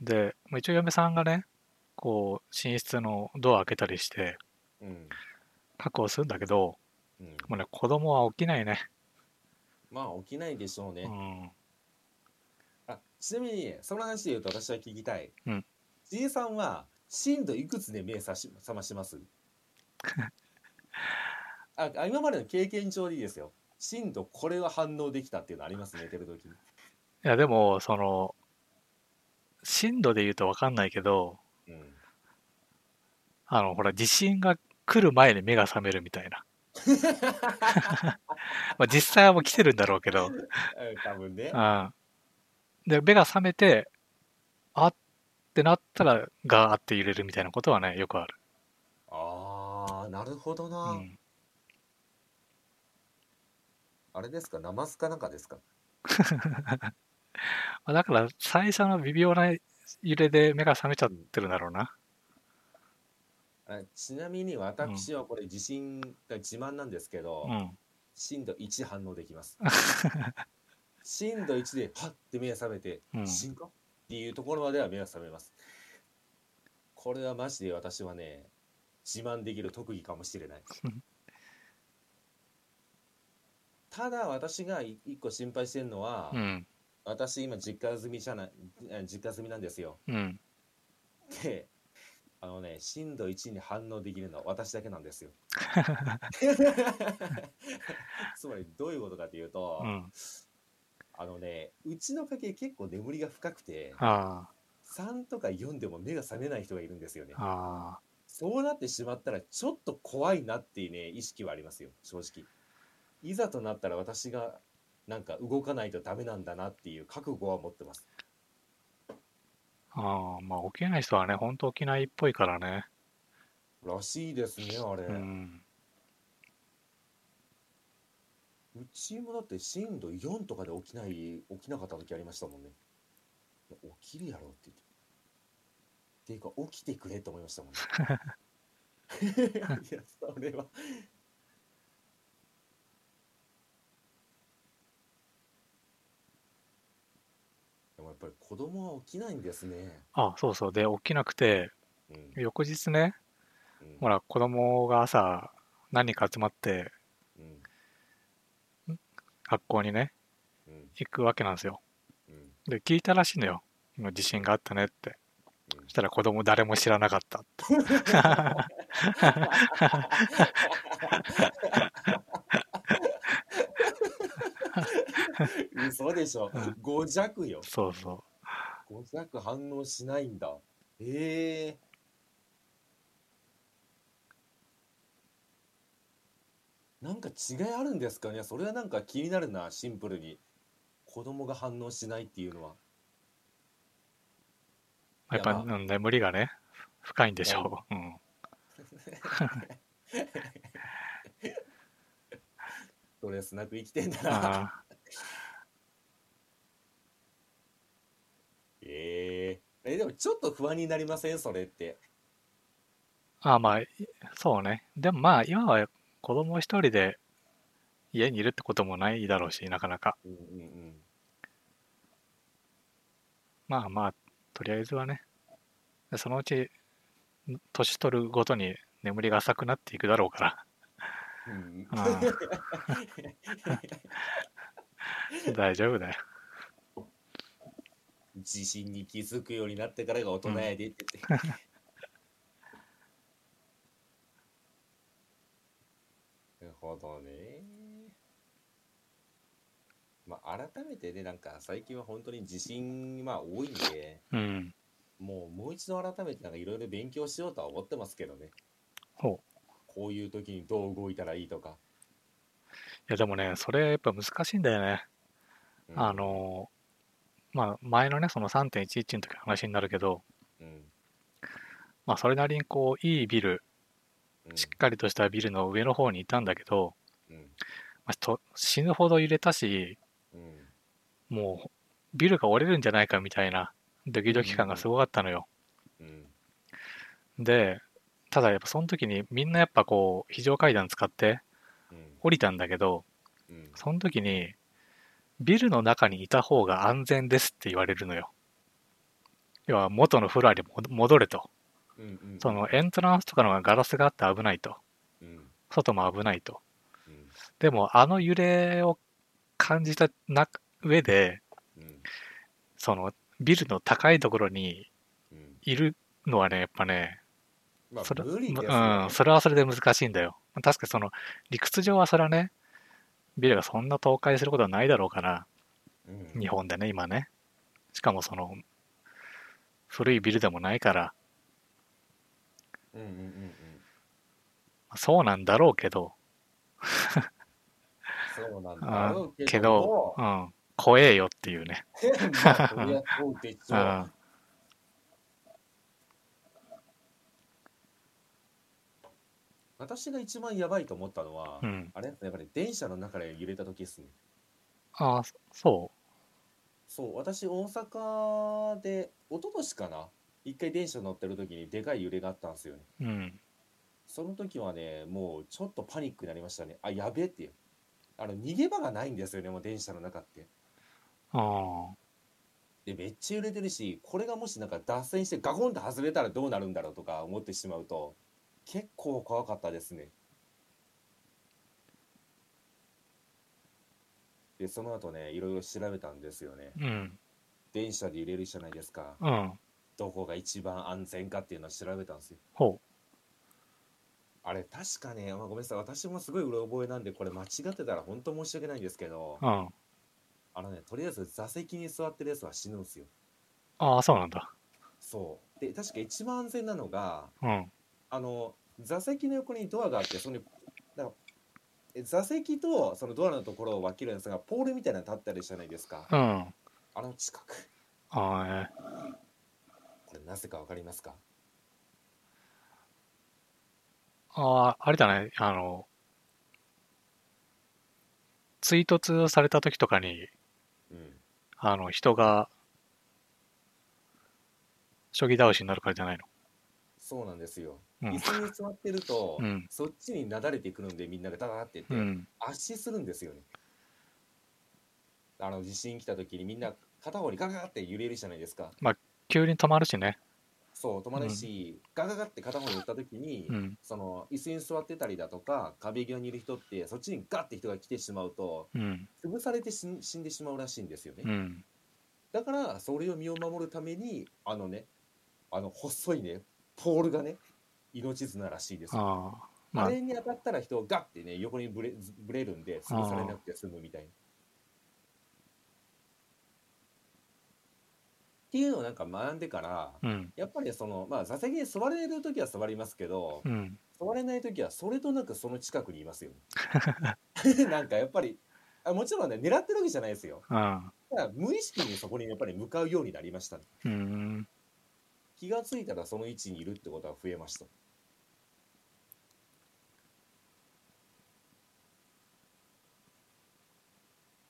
Speaker 1: で、まあ一応嫁さんがね、こう、寝室のドア開けたりして、
Speaker 2: うん
Speaker 1: 確保するんだけど、
Speaker 2: うん
Speaker 1: もうね、子供は起きないね。
Speaker 2: まあ起きないでしょうね、
Speaker 1: うん。
Speaker 2: あちなみにその話で言うと私は聞きたい、
Speaker 1: うん、
Speaker 2: じいさんは震度いくつで目さし覚ま しますああ今までの経験上でいいですよ震度これは反応できたっていうのあります寝てる時に
Speaker 1: いや、でも、その、震度で言うとわかんないけど、
Speaker 2: うん
Speaker 1: あの、ほら、地震が来る前に目が覚めるみたいな。まあ実際はもう来てるんだろうけど、
Speaker 2: え多分ね
Speaker 1: うん。で、目が覚めて、あってなったら、ガーって揺れるみたいなことはね、よくある。
Speaker 2: ああなるほど
Speaker 1: う
Speaker 2: な、
Speaker 1: ん。
Speaker 2: あれですかナマズかなんかですか
Speaker 1: まあだから、最初の微妙な揺れで目が覚めちゃってるんだろうな。
Speaker 2: あちなみに私はこれ自信が自慢なんですけど、
Speaker 1: うん。
Speaker 2: 震度1反応できます 震度1ではって目が覚めて
Speaker 1: うん
Speaker 2: 「地震か?」っていうところまでは目が覚めますこれはマジで私はね自慢できる特技かもしれないただ私がい一個心配してるのは、
Speaker 1: うん。
Speaker 2: 私今実家住みじゃないえ実家住みなんですよ
Speaker 1: うん。
Speaker 2: であのね震度1に反応できるのは私だけな んですよつまりどういうことかというと、
Speaker 1: うん。
Speaker 2: あのね、うちの家系結構眠りが深くて、
Speaker 1: あ
Speaker 2: 3とか4でも目が覚めない人がいるんですよね
Speaker 1: あ。。ああ。
Speaker 2: そうなってしまったら、ちょっと怖いなっていうね、意識はありますよ、正直。いざとなったら私が、なんか動かないとダメなんだなっていう覚悟は持ってます。
Speaker 1: ああ、まあ起きない人はね、ほんと起きないっぽいからね。
Speaker 2: らしいですね、あれ。う
Speaker 1: うん。
Speaker 2: ちもだって震度4とかで起きない、起きなかった時ありましたもんね。いや起きるやろって言って。っていうか、起きてくれと思いましたもんね。いや、それは。でもやっぱり子供は起きないんですね。
Speaker 1: あ、そうそう。で、起きなくて、
Speaker 2: うん。
Speaker 1: 翌日ね、
Speaker 2: うん
Speaker 1: ほら、子供が朝、何人か集まって、
Speaker 2: うん。
Speaker 1: 学校にね、
Speaker 2: うん。
Speaker 1: 行くわけなんですよ。
Speaker 2: うん。
Speaker 1: で、聞いたらしいのよ。今、地震があったねって。そしたら子供誰も知らなかったって。
Speaker 2: うん。嘘でしょ
Speaker 1: うん。
Speaker 2: 5弱よ。
Speaker 1: そうそ
Speaker 2: 5弱反応しないんだ。へえなんか違いあるんですかねそれはなんか気になるなシンプルに子供が反応しないっていうのは
Speaker 1: やっぱ、
Speaker 2: いやま
Speaker 1: うん、眠りがね、深いんでしょう。うん。
Speaker 2: ストレスなく生きてんだな
Speaker 1: あ
Speaker 2: えー、えでもちょっと不安になりませんそれって
Speaker 1: ーあー、まあ、いそうね。でもまあ、今は子供一人で家にいるってこともないだろうし、なかなか。
Speaker 2: うんうんうん
Speaker 1: まあまあ、とりあえずはね。でそのうち、年取るごとに眠りが浅くなっていくだろうから。
Speaker 2: うん
Speaker 1: あー大丈夫だよ。
Speaker 2: 自信に気づくようになってからが大人やでって言って、 なるほどねまあ改めてねなんか最近は本当に自信まあ多いんで
Speaker 1: うん。
Speaker 2: もうもう一度改めてなんかいろいろ勉強しようとは思ってますけどね
Speaker 1: ほう。
Speaker 2: こういう時にどう動いたらいいとか、
Speaker 1: いやでもね、それやっぱ難しいんだよね。
Speaker 2: うん
Speaker 1: あの、まあ前のね、その3.11の時の話になるけど、
Speaker 2: うん
Speaker 1: まあそれなりにこう、いいビル、
Speaker 2: うん
Speaker 1: しっかりとしたビルの上の方にいたんだけど、
Speaker 2: うん
Speaker 1: まあ、と死ぬほど揺れたし、
Speaker 2: うん
Speaker 1: もうビルが折れるんじゃないかみたいなドキドキ感がすごかったのよ。
Speaker 2: うん
Speaker 1: で、ただやっぱその時にみんなやっぱこう、非常階段使って
Speaker 2: うん
Speaker 1: 降りたんだけど、
Speaker 2: うん
Speaker 1: その時に、ビルの中にいた方が安全ですって言われるのよ。要は元のフロアに戻戻れと。
Speaker 2: うんうん
Speaker 1: そのエントランスとかのガラスがあって危ないと。
Speaker 2: うん
Speaker 1: 外も危ないと。
Speaker 2: うん
Speaker 1: でもあの揺れを感じたな上で、
Speaker 2: うん
Speaker 1: そのビルの高いところに
Speaker 2: うん
Speaker 1: いるのはね、やっぱね、
Speaker 2: まあ
Speaker 1: それ
Speaker 2: 無理ですよね
Speaker 1: うん、それはそれで難しいんだよ。確かにその理屈上はそれはね、ビルがそんな倒壊することはないだろうから、
Speaker 2: うん
Speaker 1: 日本でね、今ね。しかもその、古いビルでもないから、
Speaker 2: うんうんうんうん
Speaker 1: そうなんだろうけど、
Speaker 2: そうなんだろう
Speaker 1: け
Speaker 2: け
Speaker 1: ど
Speaker 2: ど、、
Speaker 1: うん、怖えよっていうね。
Speaker 2: まあそ りゃそうでし
Speaker 1: う
Speaker 2: ょう。
Speaker 1: ん。
Speaker 2: 私が一番やばいと思ったのは、
Speaker 1: うん。
Speaker 2: あれやっぱり電車の中で揺れた時ですね。
Speaker 1: ああ、そ
Speaker 2: そう、私大阪で一昨年かな、一回電車乗ってる時にでかい揺れがあったんですよね。
Speaker 1: う。うん。
Speaker 2: その時はね、もうちょっとパニックになりましたね。あ、やべえっていう。あの逃げ場がないんですよね、もう電車の中って。
Speaker 1: あ
Speaker 2: でめっちゃ揺れてるしこれがもしなんか脱線してガコンと外れたらどうなるんだろうとか思ってしまうと結構怖かったですねでその後ねいろいろ調べたんですよね
Speaker 1: あ、うん。
Speaker 2: 電車で揺れるじゃないですか
Speaker 1: うん。
Speaker 2: どこが一番安全かっていうのを調べたんですよ
Speaker 1: ほ
Speaker 2: あれ確かね、まあ、ごめんなさい私もすごいうろ覚えなんでこれ間違ってたら本当申し訳ないんですけど
Speaker 1: う。うん。
Speaker 2: あのねとりあえず座席に座ってるやつは死ぬんですよ
Speaker 1: ああ、そうなんだ。
Speaker 2: そうで確か一番安全なのが
Speaker 1: うん。
Speaker 2: あの座席の横にドアがあってそのなんかえ座席とそのドアのところを分けるんですがポールみたいなの立ったりじゃないですか
Speaker 1: うん。あ
Speaker 2: あの近く
Speaker 1: あ、えー
Speaker 2: これなぜか分かりますか
Speaker 1: ああ、あれだね。あの、追突された時とかに、
Speaker 2: うん
Speaker 1: あの、人が、将棋倒しになるからじゃない
Speaker 2: そうなんですよ、
Speaker 1: うん
Speaker 2: 椅子に座ってると、
Speaker 1: うん
Speaker 2: そっちになだれてくるんでみんながダダってって、
Speaker 1: の。うん。
Speaker 2: 圧死するんですよねあの地震来た時にみんな片方にガガガって揺れるじゃないですか
Speaker 1: 急に止まるしね。
Speaker 2: そう止まるし、ガガガって片方に打った時に、
Speaker 1: うん。
Speaker 2: その椅子に座ってたりだとか壁際にいる人ってそっちにガッて人が来てしまうと
Speaker 1: うん。
Speaker 2: 潰されて死ん死んでしまうらしいんですよね、
Speaker 1: うん。
Speaker 2: だからそれを身を守るためにあのねあの細いねポールがね命綱らしいですよ
Speaker 1: ああ。ま
Speaker 2: あ
Speaker 1: あ、
Speaker 2: れに当たったら人をガッてね横にぶれずぶれるんで潰されなくて済むみたいなっていうのをなんか学んでから、
Speaker 1: うん。
Speaker 2: やっぱりその、まあ座席に座れる時は座りますけど、
Speaker 1: うん。
Speaker 2: 座れない時はそれとなくその近くにいますよね。 なんかやっぱり、あもちろんね、狙ってるわけじゃないですよ。
Speaker 1: あ
Speaker 2: ただ無意識にそこにやっぱり向かうようになりましたね。
Speaker 1: ーうん。
Speaker 2: 気がついたらその位置にいるってことは増えました。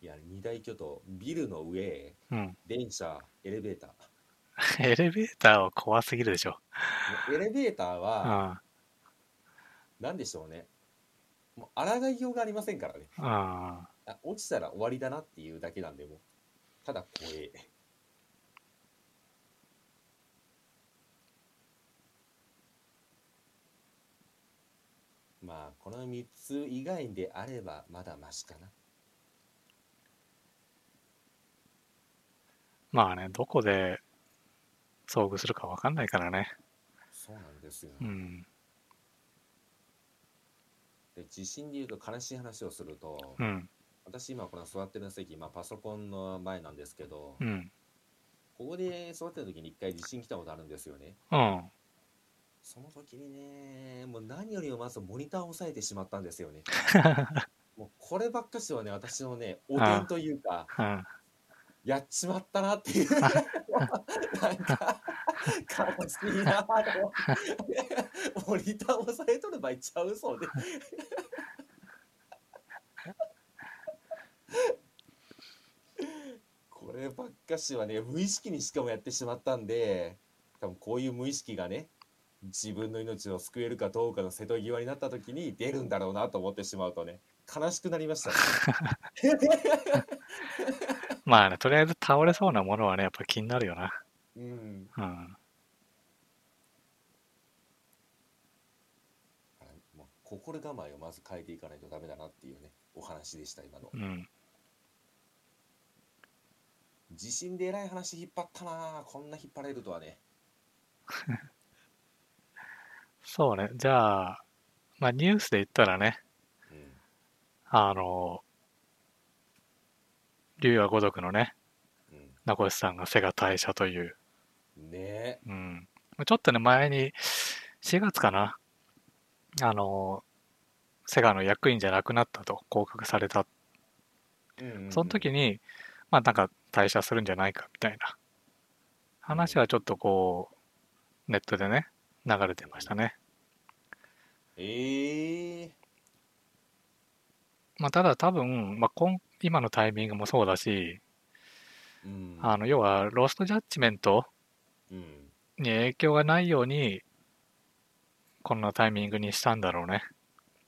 Speaker 2: いや、二大巨頭、ビルの上、
Speaker 1: うん。
Speaker 2: 電車、エレベーター。
Speaker 1: エレベーターは怖すぎるでしょ。
Speaker 2: エレベーターは、
Speaker 1: あ
Speaker 2: 何でしょうね。もう、抗いようがありませんからね。
Speaker 1: あ。あ
Speaker 2: あ落ちたら終わりだなっていうだけなんでもうただ怖え まあこの3つ以外であればまだマシかな
Speaker 1: ーまあね、どこで遭遇するかわかんないからね。
Speaker 2: そうなんですよ、
Speaker 1: うん。
Speaker 2: で地震でいうと悲しい話をすると、
Speaker 1: うん。
Speaker 2: 私今この座ってる席、まあ、パソコンの前なんですけど、
Speaker 1: うん。
Speaker 2: ここで座ってる時に一回地震来たことあるんですよね
Speaker 1: うん。
Speaker 2: その時にね、もう何よりもまずモニターを押さえてしまったんですよね。もうこればっかしはね、私のね、汚点というか、
Speaker 1: うん。
Speaker 2: やっちまったなっていう、 なんか、悲しいなと思って、モニターを押さえとる場合ちゃうそうで。 こればっかしはね、無意識にしかもやってしまったんで、多分こういう無意識がね、自分の命を救えるかどうかの瀬戸際になった時に出るんだろうなと思ってしまうとね、悲しくなりました、ね。
Speaker 1: まあね、とりあえず倒れそうなものはね、やっぱ気になるよな。
Speaker 2: うん
Speaker 1: うん。
Speaker 2: あのもう心構えをまず変えていかないとダメだなっていうねお話でした今の
Speaker 1: うん。
Speaker 2: 地震でえらい話引っ張ったなあこんな引っ張れるとはね
Speaker 1: そうね。じゃあ、まあニュースで言ったらね、
Speaker 2: うん
Speaker 1: あの、竜が如くのね、
Speaker 2: う
Speaker 1: 名越さんが背が退社という、
Speaker 2: んねえ
Speaker 1: うん。ちょっとね、前に、4月かな、あの、セガの役員じゃなくなったと降格された。その時に、まあなんか退社するんじゃないかみたいな話はちょっとこう、ネットでね、流れてましたね。
Speaker 2: ええ
Speaker 1: まあただ多分、まあ今、今のタイミングもそうだし、
Speaker 2: うん
Speaker 1: あの、要はロストジャッジメント
Speaker 2: うん
Speaker 1: に影響がないようにこんなタイミングにしたんだろうね。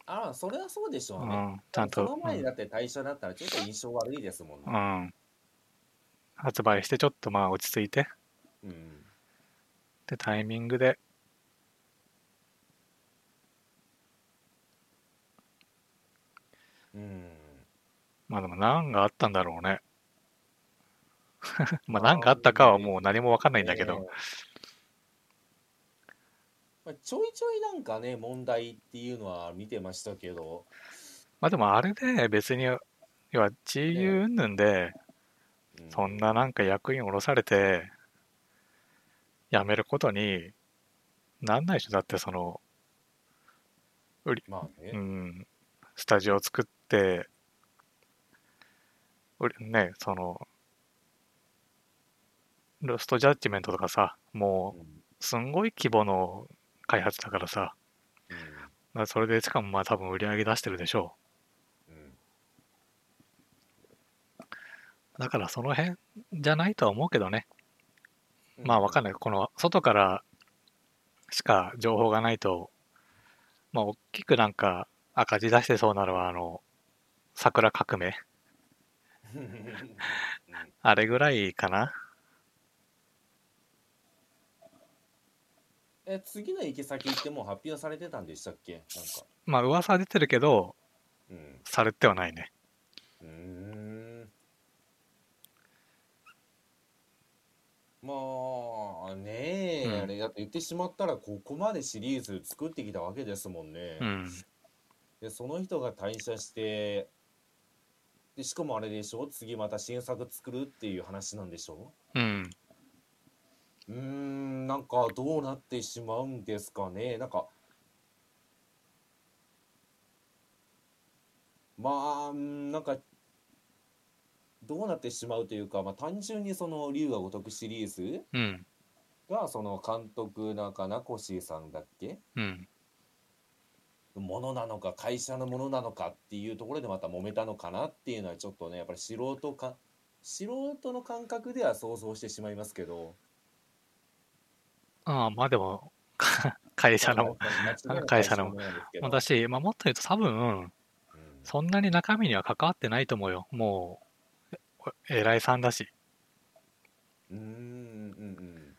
Speaker 2: ああそれはそうでしょ
Speaker 1: う
Speaker 2: うね、
Speaker 1: ん、ちゃんと、
Speaker 2: その前にだって対象だったらちょっと印象悪いですもん
Speaker 1: う
Speaker 2: ね
Speaker 1: んうん、発売してちょっとまあ落ち着いてっ
Speaker 2: うん
Speaker 1: てタイミングで
Speaker 2: うん
Speaker 1: まあでも何があったんだろうね。 まあ何があったかはもう何もわかんないんだけ
Speaker 2: ね
Speaker 1: ど。
Speaker 2: えまあ、ちょいちょいなんかね問題っていうのは見てましたけど
Speaker 1: まあでもあれで別に要は地位云々で
Speaker 2: う
Speaker 1: そんななんか役員降ろされて辞めることになんないでしょだってその
Speaker 2: まあね、
Speaker 1: うん、スタジオを作って、俺ね、その、ロストジャッジメントとかさ、も
Speaker 2: うん
Speaker 1: う、すんごい規模の開発だからさ、
Speaker 2: うん
Speaker 1: まあそれで、しかもまあ多分売り上げ出してるでしょ
Speaker 2: う
Speaker 1: う。だからその辺じゃないとは思うけどね。
Speaker 2: ん
Speaker 1: まあわかんない。この、外からしか情報がないと、まあ大きくなんか赤字出してそうなのは、あの、桜革命
Speaker 2: うんうん
Speaker 1: あれぐらいかな。
Speaker 2: え次の行き先ってもう発表されてたんでしたっけなんか
Speaker 1: まあ噂は出てるけど、
Speaker 2: うん
Speaker 1: されてはないね。
Speaker 2: うーんまあねえ、
Speaker 1: うん
Speaker 2: あれだって言ってしまったらここまでシリーズ作ってきたわけですもんね、
Speaker 1: うん。
Speaker 2: でその人が退社してでしかもあれでしょ次また新作作るっていう話なんでしょ
Speaker 1: うん。
Speaker 2: うーん、なんかどうなってしまうんですかね。なんか、まあ、うーんなんか、どうなってしまうというか、まあ、単純にその龍が如くシリーズ
Speaker 1: うん。
Speaker 2: が、その監督なんか、名越さんだっけ
Speaker 1: うん。
Speaker 2: ものなのか、会社のものなのかっていうところでまた揉めたのかなっていうのは、ちょっとね、やっぱり素人か、素人の感覚では想像してしまいますけど、
Speaker 1: ああ、まあでも、 か会社の、
Speaker 2: 間違いなく
Speaker 1: 会社の
Speaker 2: ものなんですけど
Speaker 1: もうだし、まあもっと言うと多分、
Speaker 2: うん
Speaker 1: そんなに中身には関わってないと思うよ。もう、え偉いさんだし。
Speaker 2: うーんうんうん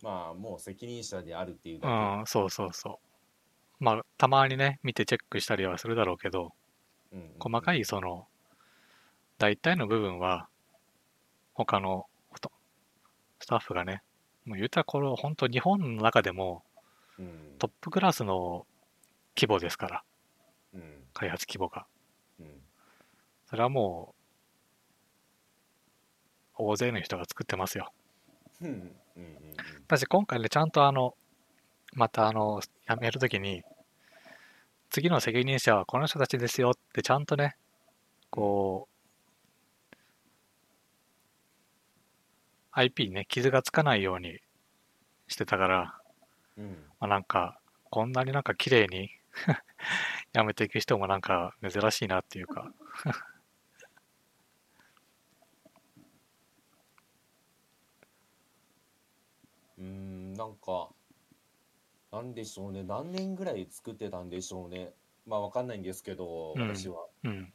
Speaker 2: まあもう責任者であるっていう
Speaker 1: う
Speaker 2: だ
Speaker 1: ん、そうそうそう。まあ、たまにね、見てチェックしたりはするだろうけど、
Speaker 2: け、うんうんうん
Speaker 1: 細かい、その、大体の部分は、他のほと、スタッフがね、もう言うたらこれ、本当日本の中でも
Speaker 2: うん、
Speaker 1: トップクラスの規模ですから、
Speaker 2: うん
Speaker 1: 開発規模が。
Speaker 2: うん
Speaker 1: それはもう、大勢の人が作ってますよ。
Speaker 2: うんうんうん
Speaker 1: 私今回ねちゃんとあのまたあのやめるときに次の責任者はこの人たちですよってちゃんとねこう IP にね傷がつかないようにしてたから、
Speaker 2: うんうん
Speaker 1: まあ、なんかこんなになんか綺麗に やめていく人もなんか珍しいなっていうか
Speaker 2: うーんなんかなんでしょうね何年ぐらい作ってたんでしょうねまあわかんないんですけど
Speaker 1: うん
Speaker 2: 私は、
Speaker 1: うん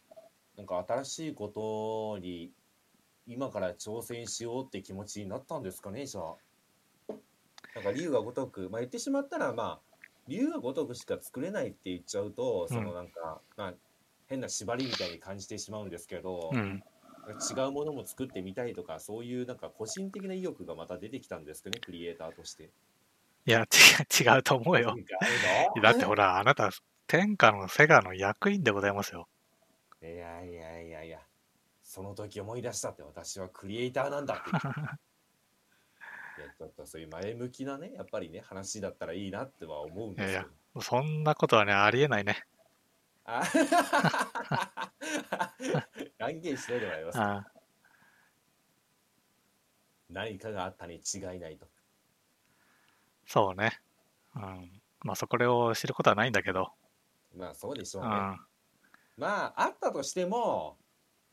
Speaker 2: なんか新しいことに今から挑戦しようって気持ちになったんですかねじゃあ。なんか竜が如く、まあ、言ってしまったらまあ竜が如くしか作れないって言っちゃうとそのなんか、まあ、変な縛りみたいに感じてしまうんですけど、
Speaker 1: うん
Speaker 2: 違うものも作ってみたいとかそういうなんか個人的な意欲がまた出てきたんですかねクリエイターとして。
Speaker 1: いや違う違うと思うよ
Speaker 2: なんかあるの
Speaker 1: だってほらあなた天下のセガの役員でございますよ
Speaker 2: いやいやいやいやその時思い出したって私はクリエイターなんだって いやちょっとそういう前向きなねやっぱりね話だったらいいなっては思うんです
Speaker 1: い
Speaker 2: け
Speaker 1: やい
Speaker 2: ど
Speaker 1: やそんなことはね、ありえないね。
Speaker 2: あ断言しないでもらいます
Speaker 1: あ
Speaker 2: 何かがあったに違いないと
Speaker 1: そうね。うん。まあ、そこを知ることはないんだけど。
Speaker 2: まあそうでしょ
Speaker 1: う。
Speaker 2: うんね
Speaker 1: あ
Speaker 2: まああったとしても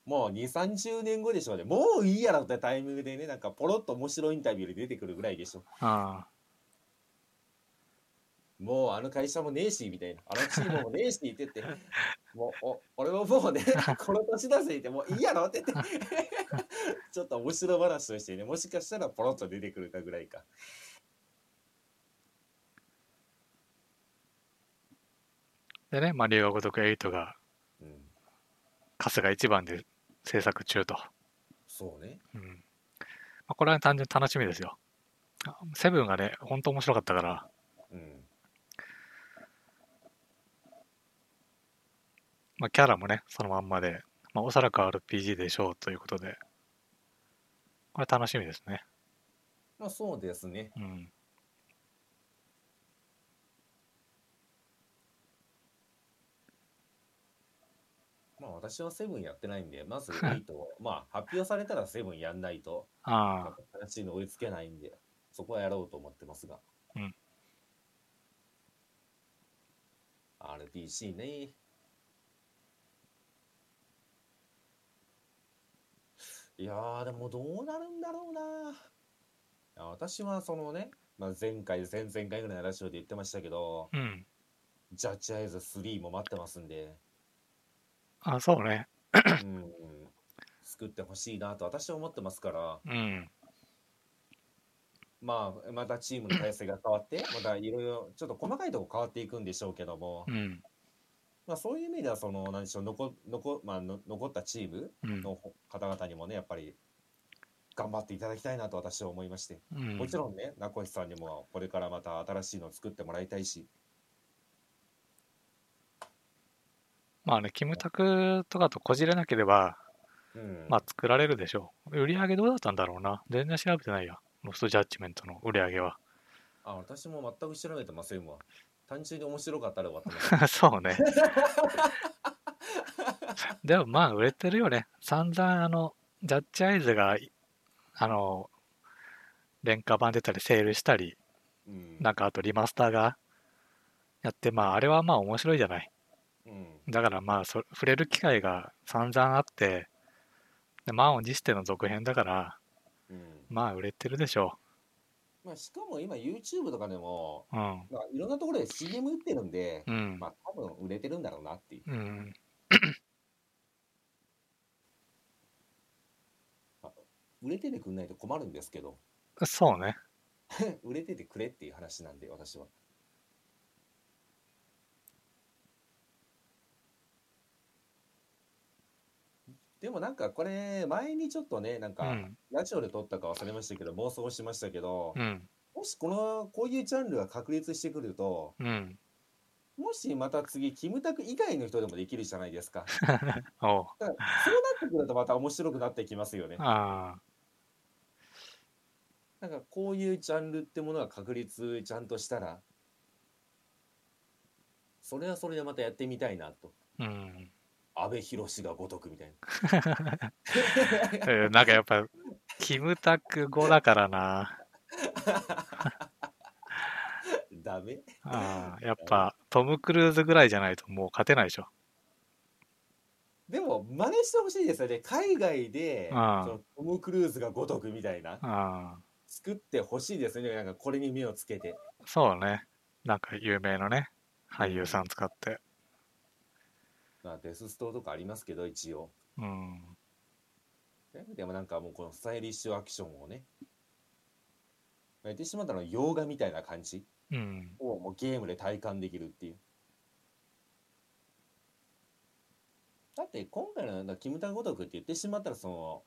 Speaker 2: もう2 3 0年後でしょうねもういいやろってタイミングでねなんかポロッと面白いインタビューで出てくるぐらいでしょ
Speaker 1: あ。
Speaker 2: もうあの会社もねえしみたいな、あのチームもねえしって言ってて、もうお俺ももうね、この年だぜって、もういいやろって言 って、ちょっと面白話としてね、もしかしたらポロッと出てくるかぐらいか。
Speaker 1: でね、まあ、留学独8が
Speaker 2: うん、
Speaker 1: 春日一番で制作中と。
Speaker 2: そうね。
Speaker 1: うん。まあ、これは単純に楽しみですよ。あセブンがね、ほんと面白かったから、
Speaker 2: うん、
Speaker 1: まあ、キャラもね、そのまんまで、まあ、おそらく RPG でしょうということで、これ楽しみですね。
Speaker 2: まあそうですね。
Speaker 1: うん。
Speaker 2: まあ私はセブンやってないんで、まず8を、まあ発表されたらセブンやんないと、
Speaker 1: あ
Speaker 2: なん
Speaker 1: あ
Speaker 2: か。話に追いつけないんで、そこはやろうと思ってますが。
Speaker 1: うん。
Speaker 2: RPG ね。いやー、でもどうなるんだろうな。いや私はそのね、まあ、前回、前々回ぐらいのラジオで言ってましたけど、
Speaker 1: うん。
Speaker 2: ジャッジアイズ3も待ってますんで、
Speaker 1: あ、そうね。
Speaker 2: うん、作ってほしいなと私は思ってますから、
Speaker 1: うん。
Speaker 2: まあ、またチームの体制が変わ って、またいろいろちょっと細かいとこ変わっていくんでしょうけども
Speaker 1: う、ん。
Speaker 2: まあ、そういう意味ではその、なんでしょう、残残まあ、の残ったチーム
Speaker 1: うん。
Speaker 2: の方々にもね、やっぱり頑張っていただきたいなと私は思いまして、
Speaker 1: うん
Speaker 2: もちろんね、名越さんにもこれからまた新しいのを作ってもらいたいし、
Speaker 1: まあね、キムタクとかとこじれなければ、
Speaker 2: うん
Speaker 1: まあ作られるでしょう。売り上げどうだったんだろうな。全然調べてないや。ロストジャッジメントの売り上げは。
Speaker 2: あ、私も全く調べてませんわ。単純に面白かったら終わって ます。
Speaker 1: そう ね。でもまあ売れてるよね。散々あの、ジャッジアイズが、いあの、廉価版出たりセールしたり、
Speaker 2: うん。
Speaker 1: なんかあとリマスターがやって、まああれはまあ面白いじゃない。
Speaker 2: うん。
Speaker 1: だからまあそ触れる機会が散々あって、で満を持しての続編だから、
Speaker 2: うん。
Speaker 1: まあ売れてるでしょ
Speaker 2: まあ、しかも今 YouTube とかでも、
Speaker 1: う。うん。
Speaker 2: まあ、いろんなところで CM 打ってるんで、
Speaker 1: うん。
Speaker 2: まあ、多分売れてるんだろうなっていう。
Speaker 1: うん。
Speaker 2: 売れててくんないと困るんですけど、
Speaker 1: そうね。
Speaker 2: 売れててくれっていう話なんで、私は。でもなんかこれ前にちょっとねなん
Speaker 1: う
Speaker 2: か
Speaker 1: ん。
Speaker 2: ラジオで撮ったか忘れましたけど、暴走しましたけど、
Speaker 1: うん。
Speaker 2: もしこの、こういうジャンルが確立してくると、
Speaker 1: うん。
Speaker 2: もしまた次、キムタク以外の人でもできるじゃないですか。
Speaker 1: おう。
Speaker 2: だからそうなってくるとまた面白くなってきますよね。
Speaker 1: ああ。
Speaker 2: なんかこういうジャンルってものが確立ちゃんとしたら、それはそれでまたやってみたいなと。
Speaker 1: うん。
Speaker 2: 安倍博がごとくみたいな。
Speaker 1: えーなんかやっぱ、キムタク語だからな。
Speaker 2: ダメ
Speaker 1: あーやっぱ、トム・クルーズぐらいじゃないともう勝てないでしょ。
Speaker 2: でも、真似してほしいですよね。海外で、そ
Speaker 1: ああ
Speaker 2: のトム・クルーズがごとくみたいな、
Speaker 1: ああ
Speaker 2: 作ってほしいですよね。なんかこれに目をつけて。
Speaker 1: そうね。なんか有名なね、俳優さん使って。
Speaker 2: まあ、デスストとかありますけど、一応。
Speaker 1: うん。
Speaker 2: でもなんかもうこのスタイリッシュアクションをね、言ってしまったの洋画みたいな感じ
Speaker 1: うん。
Speaker 2: をもうゲームで体感できるっていう。だって今回のなんだキムタクごとくって言ってしまったらその、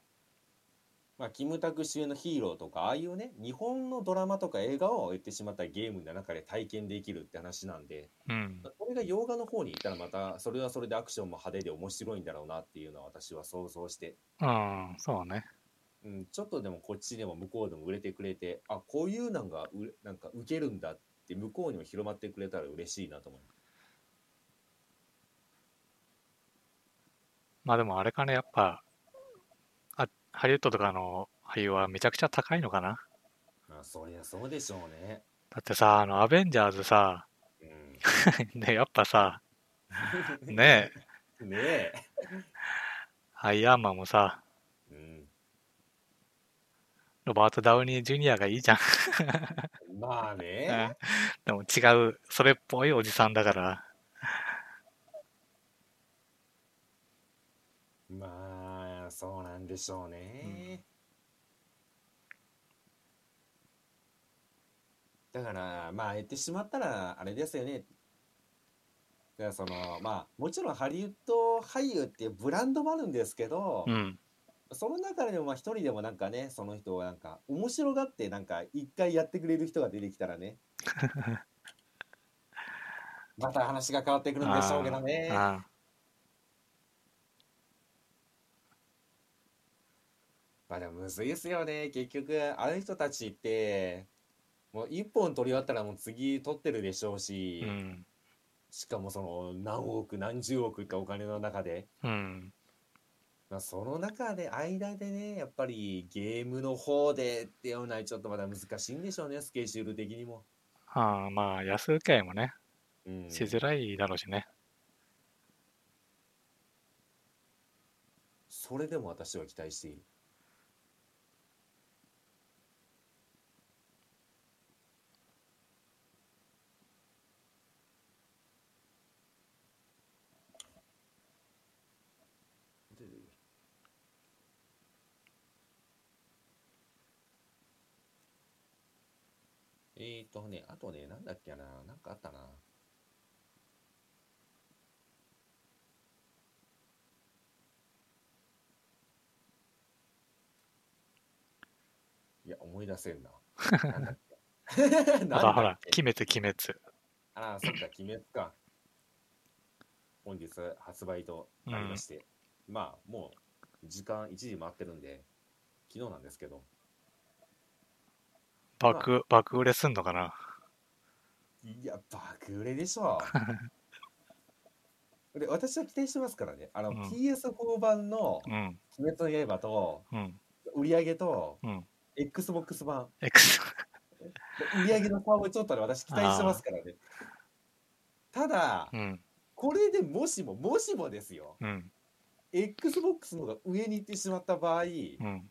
Speaker 2: まあ、キムタク主演のヒーローとかああいうね日本のドラマとか映画を言ってしまったらゲームの中で体験できるって話なんで
Speaker 1: うん。
Speaker 2: これが洋画の方に行ったらまたそれはそれでアクションも派手で面白いんだろうなっていうのは私は想像して
Speaker 1: うん。そうね。
Speaker 2: うん、ちょっとでもこっちでも向こうでも売れてくれてあこういうのがうれなんか受けるんだって向こうにも広まってくれたら嬉しいなと思う
Speaker 1: まあでもあれかね、やっぱ、あハリウッドとかの俳優はめちゃくちゃ高いのかな。
Speaker 2: あそりゃそうでしょうね
Speaker 1: だってさ、あの、アベンジャーズさ、
Speaker 2: う
Speaker 1: ね、やっぱさ、
Speaker 2: ん
Speaker 1: ねえ、
Speaker 2: ねえ、
Speaker 1: アイアンマンもさ、
Speaker 2: うん、
Speaker 1: ロバート・ダウニー・ジュニアがいいじゃん。
Speaker 2: まあ
Speaker 1: うん
Speaker 2: ね
Speaker 1: でも違う、それっぽいおじさんだから。
Speaker 2: まあそうなんでしょうね、だからまあ言ってしまったらあれですよねだからそのまあもちろんハリウッド俳優っていうブランドもあるんですけど、
Speaker 1: うん。
Speaker 2: その中でもまあ一人でもなんかねその人をなんか面白がってなんか一回やってくれる人が出てきたら ねまた話が変わってくるんでしょうけどね
Speaker 1: あ
Speaker 2: まあでもむずいですよね結局あの人たちってもう一本取り終わったらもう次取ってるでしょう
Speaker 1: あ
Speaker 2: し、
Speaker 1: うん。
Speaker 2: しかもその何億何十億ってお金の中で、
Speaker 1: うん。
Speaker 2: まあ、その中で間でねやっぱりゲームの方でっていうのはちょっとまだ難しいんでしょうねスケジュール的にも。
Speaker 1: ああ、まあ、安請け合いもね、
Speaker 2: うん
Speaker 1: しづらいだろうしね。
Speaker 2: それでも私は期待している。えーとね、あとね、なんだっけな、なんかあったな。いや、思い出せんな。なんだっけ
Speaker 1: だからほ
Speaker 2: なんだ
Speaker 1: ら
Speaker 2: っ、け
Speaker 1: 鬼滅、鬼滅。
Speaker 2: ああ、そっか、鬼滅か。本日発売となりまして、まあ、もう時間1時回ってるんで、昨日なんですけど、
Speaker 1: 爆、爆売れすんのかない
Speaker 2: や、爆売れでし ょう。で私は期待してますからね。あの、
Speaker 1: うん
Speaker 2: PS4 版の
Speaker 1: うん、
Speaker 2: 鬼滅の刃と、
Speaker 1: うん、
Speaker 2: 売り上げと、
Speaker 1: うん。
Speaker 2: Xbox 版、
Speaker 1: X、
Speaker 2: 売り上げの差をちょっとね、私期待してますからね。ただ、
Speaker 1: うん、
Speaker 2: これでもしも、もしもですよ、
Speaker 1: うん、
Speaker 2: Xbox の方が上に行ってしまった場合、ち
Speaker 1: うん。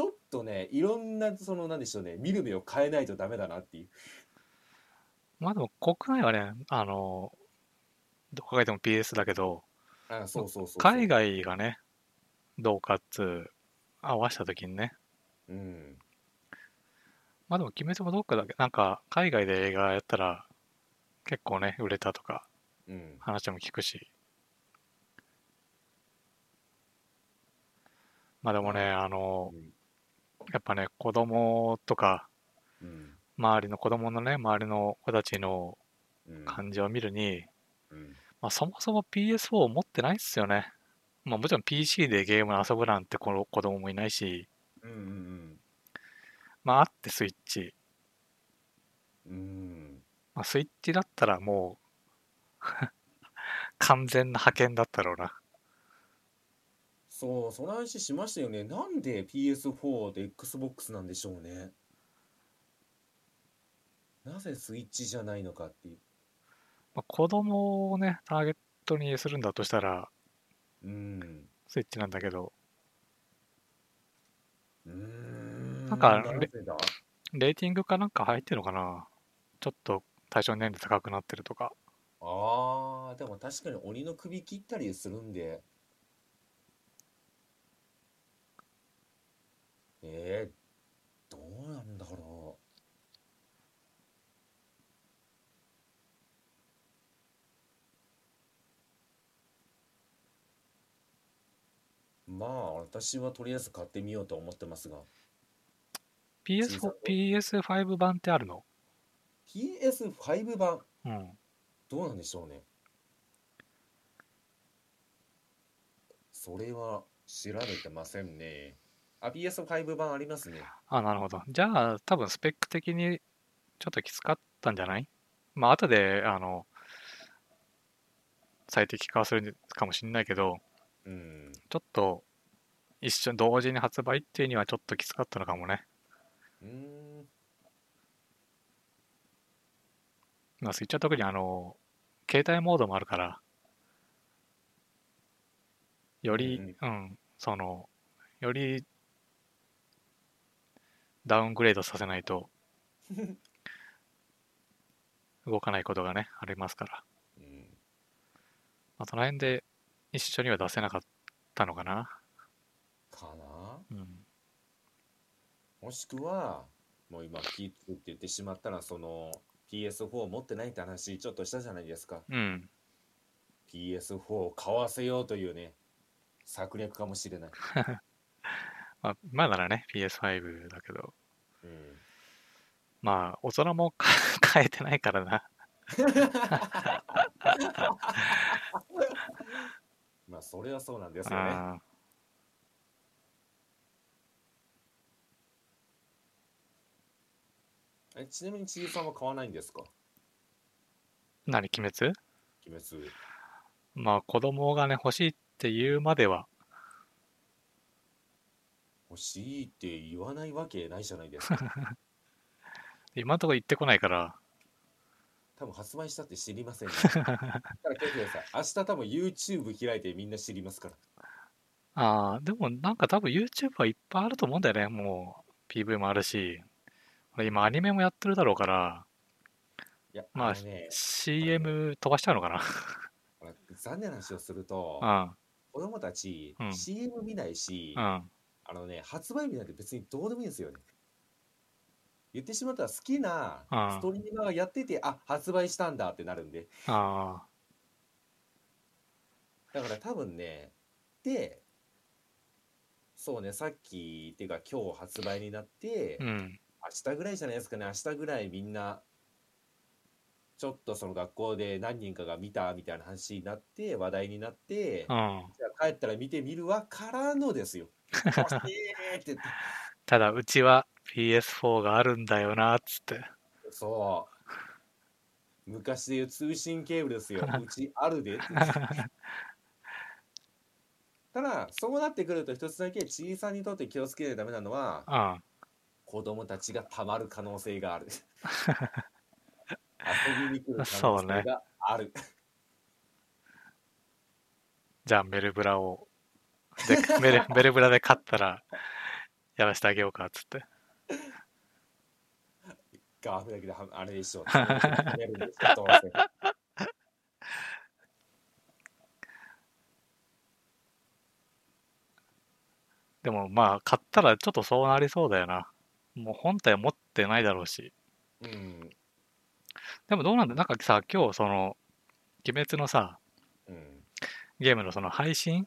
Speaker 2: ょっとね、いろんな、その、なんでしょうね、見る目を変えないとダメだなっていう。
Speaker 1: まあでも国内はね、あの、どこかでも PS だけど、
Speaker 2: あそうそうそうそう。
Speaker 1: 海外がね、どうかっつう、合わしたときにね。
Speaker 2: うん。
Speaker 1: まあでも、鬼滅もどっかだけ、なんか、海外で映画やったら、結構ね、売れたとか、
Speaker 2: うん。
Speaker 1: 話も聞くし。まあでもね、あの、やっぱね、子供とか、
Speaker 2: うん。
Speaker 1: 周りの子供のね、周りの子たちの
Speaker 2: うん。
Speaker 1: 感じを見るに、
Speaker 2: うん
Speaker 1: まあそもそも PS4 を持ってないっすよね。まあもちろん PC でゲーム遊ぶなんてこの子供もいないし、
Speaker 2: うんうん
Speaker 1: まああってスイッチ。
Speaker 2: うん。うん。
Speaker 1: まあスイッチだったらもう、 完全な派遣だったろうな。
Speaker 2: そう、その話しましたよね。なんで PS4 と Xbox なんでしょうね。なぜスイッチじゃないのかっていう。
Speaker 1: まあ、子供をね、ターゲットにするんだとしたら、
Speaker 2: うん。
Speaker 1: スイッチなんだけど、
Speaker 2: うーん。
Speaker 1: なんか
Speaker 2: なぜだ
Speaker 1: レーティングかなんか入ってるのかなちょっと対象年齢高くなってるとか。
Speaker 2: ああ、でも確かに鬼の首切ったりするんで。えー、どうなんだろう。まあ、私はとりあえず買ってみようと思ってますが、小さ
Speaker 1: PS4
Speaker 2: く、
Speaker 1: PS5 版ってあるの
Speaker 2: PS5 版、
Speaker 1: うん。
Speaker 2: どうなんでしょうね。それは調べてませんね。あ、PS5 版ありますね。
Speaker 1: あ、なるほど。じゃあ、多分スペック的にちょっときつかったんじゃないまあ、後で、あの、最適化はするかもしれないけど、
Speaker 2: うん。
Speaker 1: ちょっと、一緒、同時に発売っていうにはちょっときつかったのかもね。
Speaker 2: うーん。
Speaker 1: まあ、スイッチは特にあの、携帯モードもあるから、より、うん、その、よりダウングレードさせない と動かないことがね、ありますから。
Speaker 2: うん
Speaker 1: まあ、その辺で一緒には出せなかったのかな。
Speaker 2: かな
Speaker 1: うん。
Speaker 2: もしくは、もう今、キープって言ってしまったら、その PS4 持ってないって話、ちょっとしたじゃないですか。
Speaker 1: うん。
Speaker 2: PS4 を買わせようというね、策略かもしれない。
Speaker 1: まあ、今ならね、PS5 だけど、
Speaker 2: うん。
Speaker 1: まあ、大人も 変えてないからな。
Speaker 2: まあ、それはそうなんですよね。
Speaker 1: ああ
Speaker 2: えちなみに、ちいさんは買わないんですか
Speaker 1: 何、鬼滅
Speaker 2: 鬼滅。
Speaker 1: まあ子供がね欲しいって言うまでは
Speaker 2: 欲しいって言わないわけないじゃないです か。
Speaker 1: 今のところ言ってこないから
Speaker 2: 多分発売したって知りませんね。だから気をつけてください。明日多分 YouTube 開いてみんな知りますから。
Speaker 1: ああでもなんか多分 YouTube はいっぱいあると思うんだよねもう PV もあるし俺今アニメもやってるだろうから
Speaker 2: いや、
Speaker 1: まあ
Speaker 2: あのね、
Speaker 1: CM 飛ばしちゃうのか
Speaker 2: ほら残念な話をすると、
Speaker 1: な
Speaker 2: 子供たち
Speaker 1: うん
Speaker 2: CM 見ないし、
Speaker 1: うんうん
Speaker 2: あのね、発売日なんて別にどうでもいいんですよね。言ってしまったら好きな
Speaker 1: うん
Speaker 2: ストリーマーがやってて、あ、発売したんだってなるんで。
Speaker 1: ああ
Speaker 2: だから多分ね、で、そうね、さっき、てか今日発売になって、
Speaker 1: うん
Speaker 2: 明日ぐらいじゃないですかね、明日ぐらいみんな、ちょっとその学校で何人かが見たみたいな話になって、話題になって、
Speaker 1: うん
Speaker 2: じゃあ帰ったら見てみるわからのですよ。欲しいって言って
Speaker 1: ただうちは PS4 があるんだよな、っつって。
Speaker 2: そう昔で言う通信ケーブルですようちあるでってただそうなってくると一つだけ小さんにとって気をつけないとダメなのは
Speaker 1: うん。
Speaker 2: 子供たちがたまる可能 性がある遊びに来る可
Speaker 1: そう
Speaker 2: 能
Speaker 1: ね
Speaker 2: 性がある、
Speaker 1: じゃあ、メルブラを、でメルメルブラで勝ったら、やらせてあげようか、っつって。
Speaker 2: ガーフだけではあれでしょうやるんでしょどうせ
Speaker 1: でも、まあ、買ったらちょっとそうなりそうだよな。もう本体持ってないだろうし。
Speaker 2: うん
Speaker 1: でもどうなんだなんかさ、今日その、鬼滅のさ、
Speaker 2: うん
Speaker 1: ゲームのその配信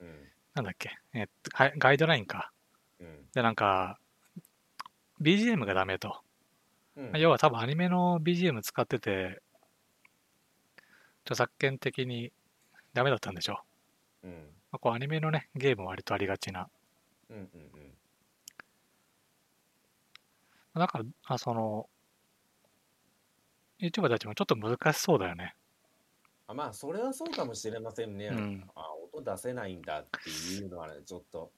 Speaker 2: うん
Speaker 1: なんだっけえっと、ガイガイドラインか。
Speaker 2: うん
Speaker 1: で、なんか、BGM がダメと。
Speaker 2: うん
Speaker 1: 要は多分アニメの BGM 使ってて、著作権的にダメだったんでしょう。
Speaker 2: うん
Speaker 1: まあ、こうアニメのね、ゲームは割とありがちな。
Speaker 2: うんうん
Speaker 1: だから、あその、YouTuber たちもちょっと難しそうだよね。
Speaker 2: あまあそれはそうかもしれませんね、
Speaker 1: うん
Speaker 2: あ音出せないんだっていうのはねちょっと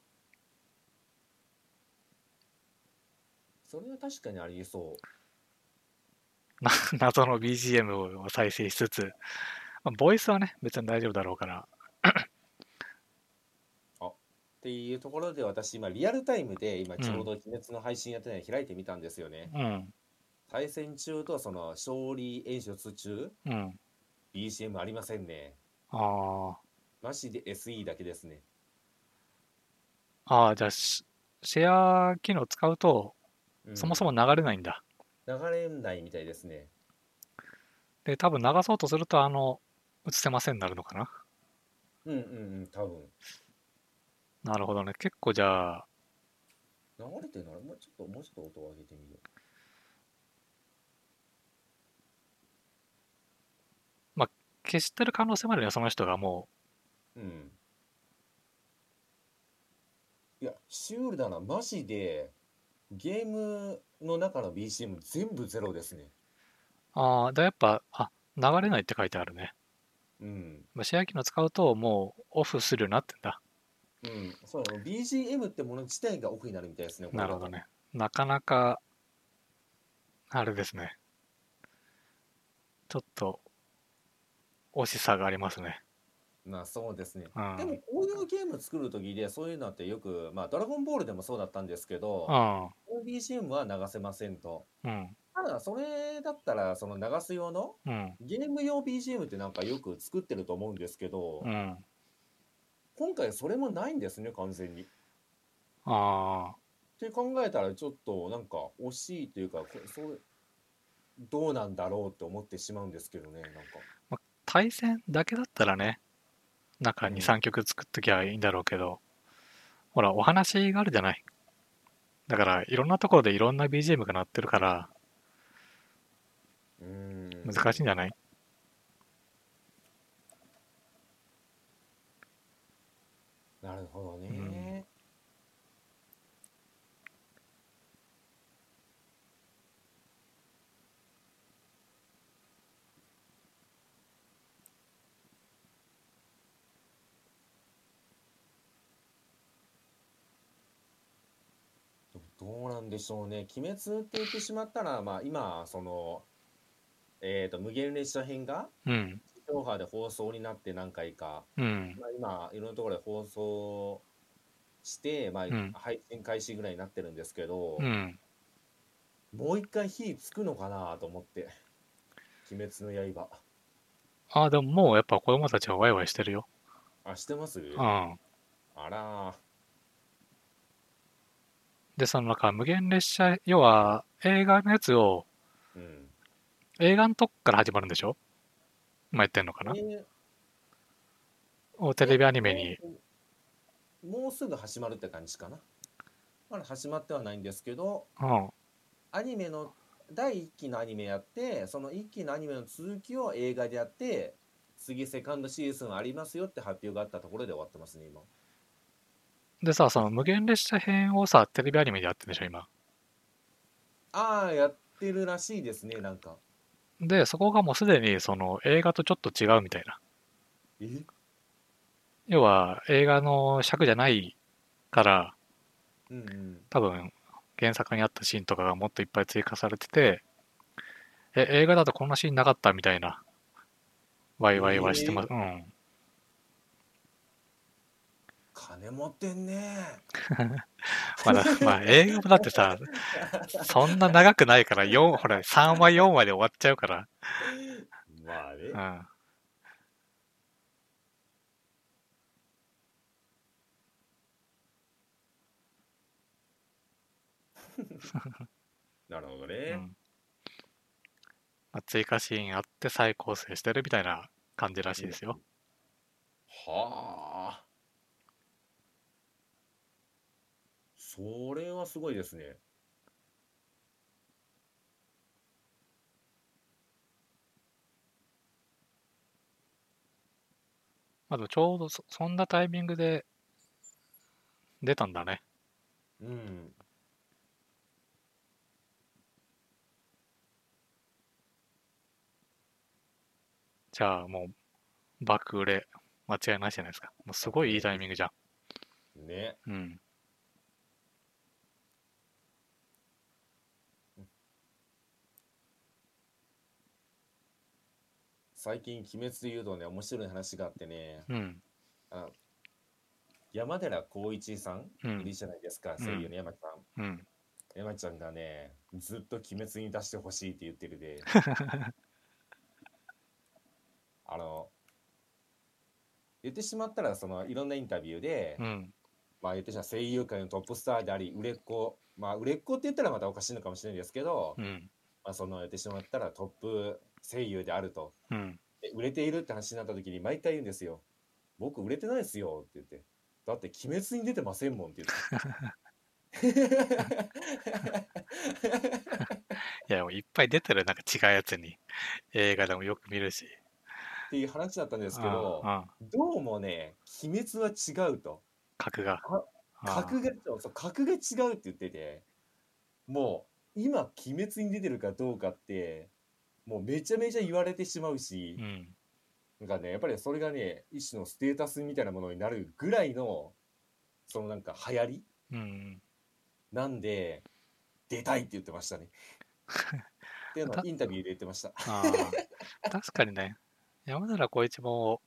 Speaker 2: それは確かにありそう
Speaker 1: な 謎の BGM を再生しつつ、まあ、ボイスはね、別に大丈夫だろうから。
Speaker 2: っていうところで私今リアルタイムで今
Speaker 1: うん
Speaker 2: ちょうど鬼滅の配信やってないの開いてみたんですよね、
Speaker 1: うん、
Speaker 2: 対戦中とその勝利演出中
Speaker 1: うん。
Speaker 2: BGM ありませんね
Speaker 1: あ
Speaker 2: マジで SE だけですね
Speaker 1: あ、ああ、じゃあシ、シェア機能使うと、
Speaker 2: うん
Speaker 1: そもそも流れないんだ。
Speaker 2: 流れないみたいですね
Speaker 1: で、多分流そうとすると、あの、映せませんになるのかな。
Speaker 2: うんうんうん多分
Speaker 1: なるほどね。結構じゃあ、
Speaker 2: 流れてるならもうちょっともうちょっと音を上げてみよう
Speaker 1: 消してる可能性もあるよね、その人がも
Speaker 2: うんいやシュールだなマジでゲームの中の BCM 全部ゼロですね
Speaker 1: う。ああ、だやっぱ、あ、流れないって書いてあるね。
Speaker 2: うん
Speaker 1: まあシェア機能使うと、もうオフするようになってんだ。
Speaker 2: うんそうなの BGM ってもの自体がオフになるみたいですね
Speaker 1: なるほどね。なかなか、あれですね。ちょっと、惜しさがありますね。
Speaker 2: まあそうですね
Speaker 1: う
Speaker 2: でも
Speaker 1: ん。
Speaker 2: こういうゲーム作る時でそういうのってよくまあ「ドラゴンボール」でもそうだったんですけど
Speaker 1: うん。
Speaker 2: この BGM は流せませんと
Speaker 1: うん。
Speaker 2: ただそれだったらその流す用の
Speaker 1: うん。
Speaker 2: ゲーム用 BGM ってなんかよく作ってると思うんですけど、
Speaker 1: うん。あ
Speaker 2: 今回それもないんですね完全に。っ
Speaker 1: あ
Speaker 2: て考えたらちょっとなんか惜しいというかこそうどうなんだろうって思ってしまうんですけどねなんか。
Speaker 1: ー。対戦だけだったらね、中
Speaker 2: うん
Speaker 1: に3曲作っときゃいいんだろうけど、ほら、お話があるじゃない。だから、いろんなところでいろんな BGM が鳴ってるから、
Speaker 2: うーん
Speaker 1: 難しいんじゃない
Speaker 2: なるほどね。どうなんでしょうね。鬼滅って言ってしまったら、まあ今そのえっ、と無限列車編が
Speaker 1: うん。
Speaker 2: 地上波で放送になって何回か。
Speaker 1: うん。
Speaker 2: まあ、今いろんなところで放送して、まあ
Speaker 1: うん
Speaker 2: 配信開始ぐらいになってるんですけど、
Speaker 1: うん。
Speaker 2: もう一回火つくのかなと思って 「鬼滅の刃
Speaker 1: ああ、でももうやっぱ子供たちはワイワイしてるよ。」
Speaker 2: あしてます
Speaker 1: うん。
Speaker 2: あらー
Speaker 1: で、そのなんか無限列車、要は映画のやつを、
Speaker 2: うん
Speaker 1: 映画のとこから始まるんでしょ今やってんのかな
Speaker 2: で
Speaker 1: をテレビアニメに。
Speaker 2: もうすぐ始まるって感じかなまだ始まってはないんですけど
Speaker 1: うん。
Speaker 2: アニメの第1期のアニメやってその1期のアニメの続きを映画でやって次セカンドシーズンありますよって発表があったところで終わってますね今
Speaker 1: でさ、その無限列車編をさ、テレビアニメでやってんでしょ今。
Speaker 2: ああ、やってるらしいですね、なんか。
Speaker 1: で、そこがもうすでにその映画とちょっと違うみたいな。
Speaker 2: え
Speaker 1: 要は映画の尺じゃないから、
Speaker 2: うんうん。
Speaker 1: 多分原作にあったシーンとかがもっといっぱい追加されてて、え、映画だとこんなシーンなかったみたいな、ワイワイはしてます。うん。
Speaker 2: 金持ってんね。
Speaker 1: まだ、まあ映画もだってさ、そんな長くないから、4、ほら、3話、4話で終わっちゃうから。
Speaker 2: まあね。
Speaker 1: うん。
Speaker 2: なるほど
Speaker 1: う
Speaker 2: ね。
Speaker 1: んまあ、追加シーンあって再構成してるみたいな感じらしいですよ。
Speaker 2: はあ。それはすごいですね。
Speaker 1: まあでもちょうどそそんなタイミングで出たんだね。
Speaker 2: うん。
Speaker 1: じゃあもう爆売れ間違いないじゃないですか。もうすごいいいタイミングじゃん。
Speaker 2: ね。
Speaker 1: うん。
Speaker 2: 最近、鬼滅で言うとね、面白い話があってね、
Speaker 1: うん。
Speaker 2: 山寺宏一さん
Speaker 1: う
Speaker 2: いる
Speaker 1: ん。
Speaker 2: じゃないですか、声優の山木さん。
Speaker 1: うん。
Speaker 2: 山ちゃんがね、ずっと鬼滅に出してほしいって言って るで。あの、言ってしまったら、その、いろんなインタビューで、
Speaker 1: うん。
Speaker 2: まあ言ってしまったら声優界のトップスターであり、売れっ子、まあ売れっ子って言ったらまたおかしいのかもしれないですけど、
Speaker 1: うん。
Speaker 2: まあその言ってしまったらトップ声優であると。
Speaker 1: うん。
Speaker 2: で売れているって話になった時に毎回言うんですよ。僕売れてないですよって言って。だって鬼滅に出てませんもんって言って。
Speaker 1: いや、もういっぱい出てる、なんか違うやつに。映画でもよく見るし。
Speaker 2: っていう話だったんですけど
Speaker 1: う、ん。うん
Speaker 2: どうもね、鬼滅は違うと。
Speaker 1: 格が
Speaker 2: あ。格が、そう、格が違うって言ってて、もう、今、鬼滅に出てるかどうかって、もうめちゃめちゃ言われてしまうし
Speaker 1: う、ん。
Speaker 2: なんかね、やっぱりそれがね、一種のステータスみたいなものになるぐらいの、そのなんか流行り
Speaker 1: うん。
Speaker 2: なんで、出たいって言ってました ね。っていうのはインタビューで言ってました。
Speaker 1: あ あ。確かにね。山寺宏一も、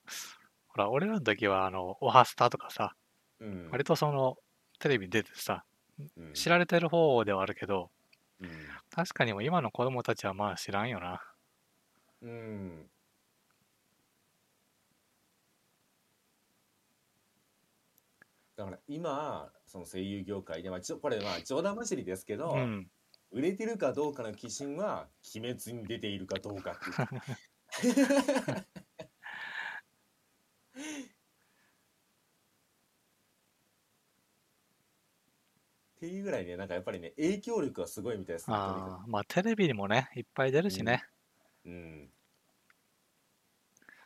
Speaker 1: ほら、俺らの時は、あの、オハスタとかさ、
Speaker 2: うん。
Speaker 1: 割とその、テレビに出てさ、
Speaker 2: うん
Speaker 1: 知られてる方ではあるけど、
Speaker 2: うん
Speaker 1: 確かにもう今の子供たちはまあ知らんよな。
Speaker 2: うん。だから今その声優業界で、まあ、ちょこれまあ冗談交じりですけど、
Speaker 1: うん。
Speaker 2: 売れてるかどうかの基準は「鬼滅」に出ているかどうかっていうっていうぐらいねなんかやっぱりね影響力はすごいみたいですねとにか
Speaker 1: ああ。まあテレビにもね、いっぱい出るしね。
Speaker 2: くうん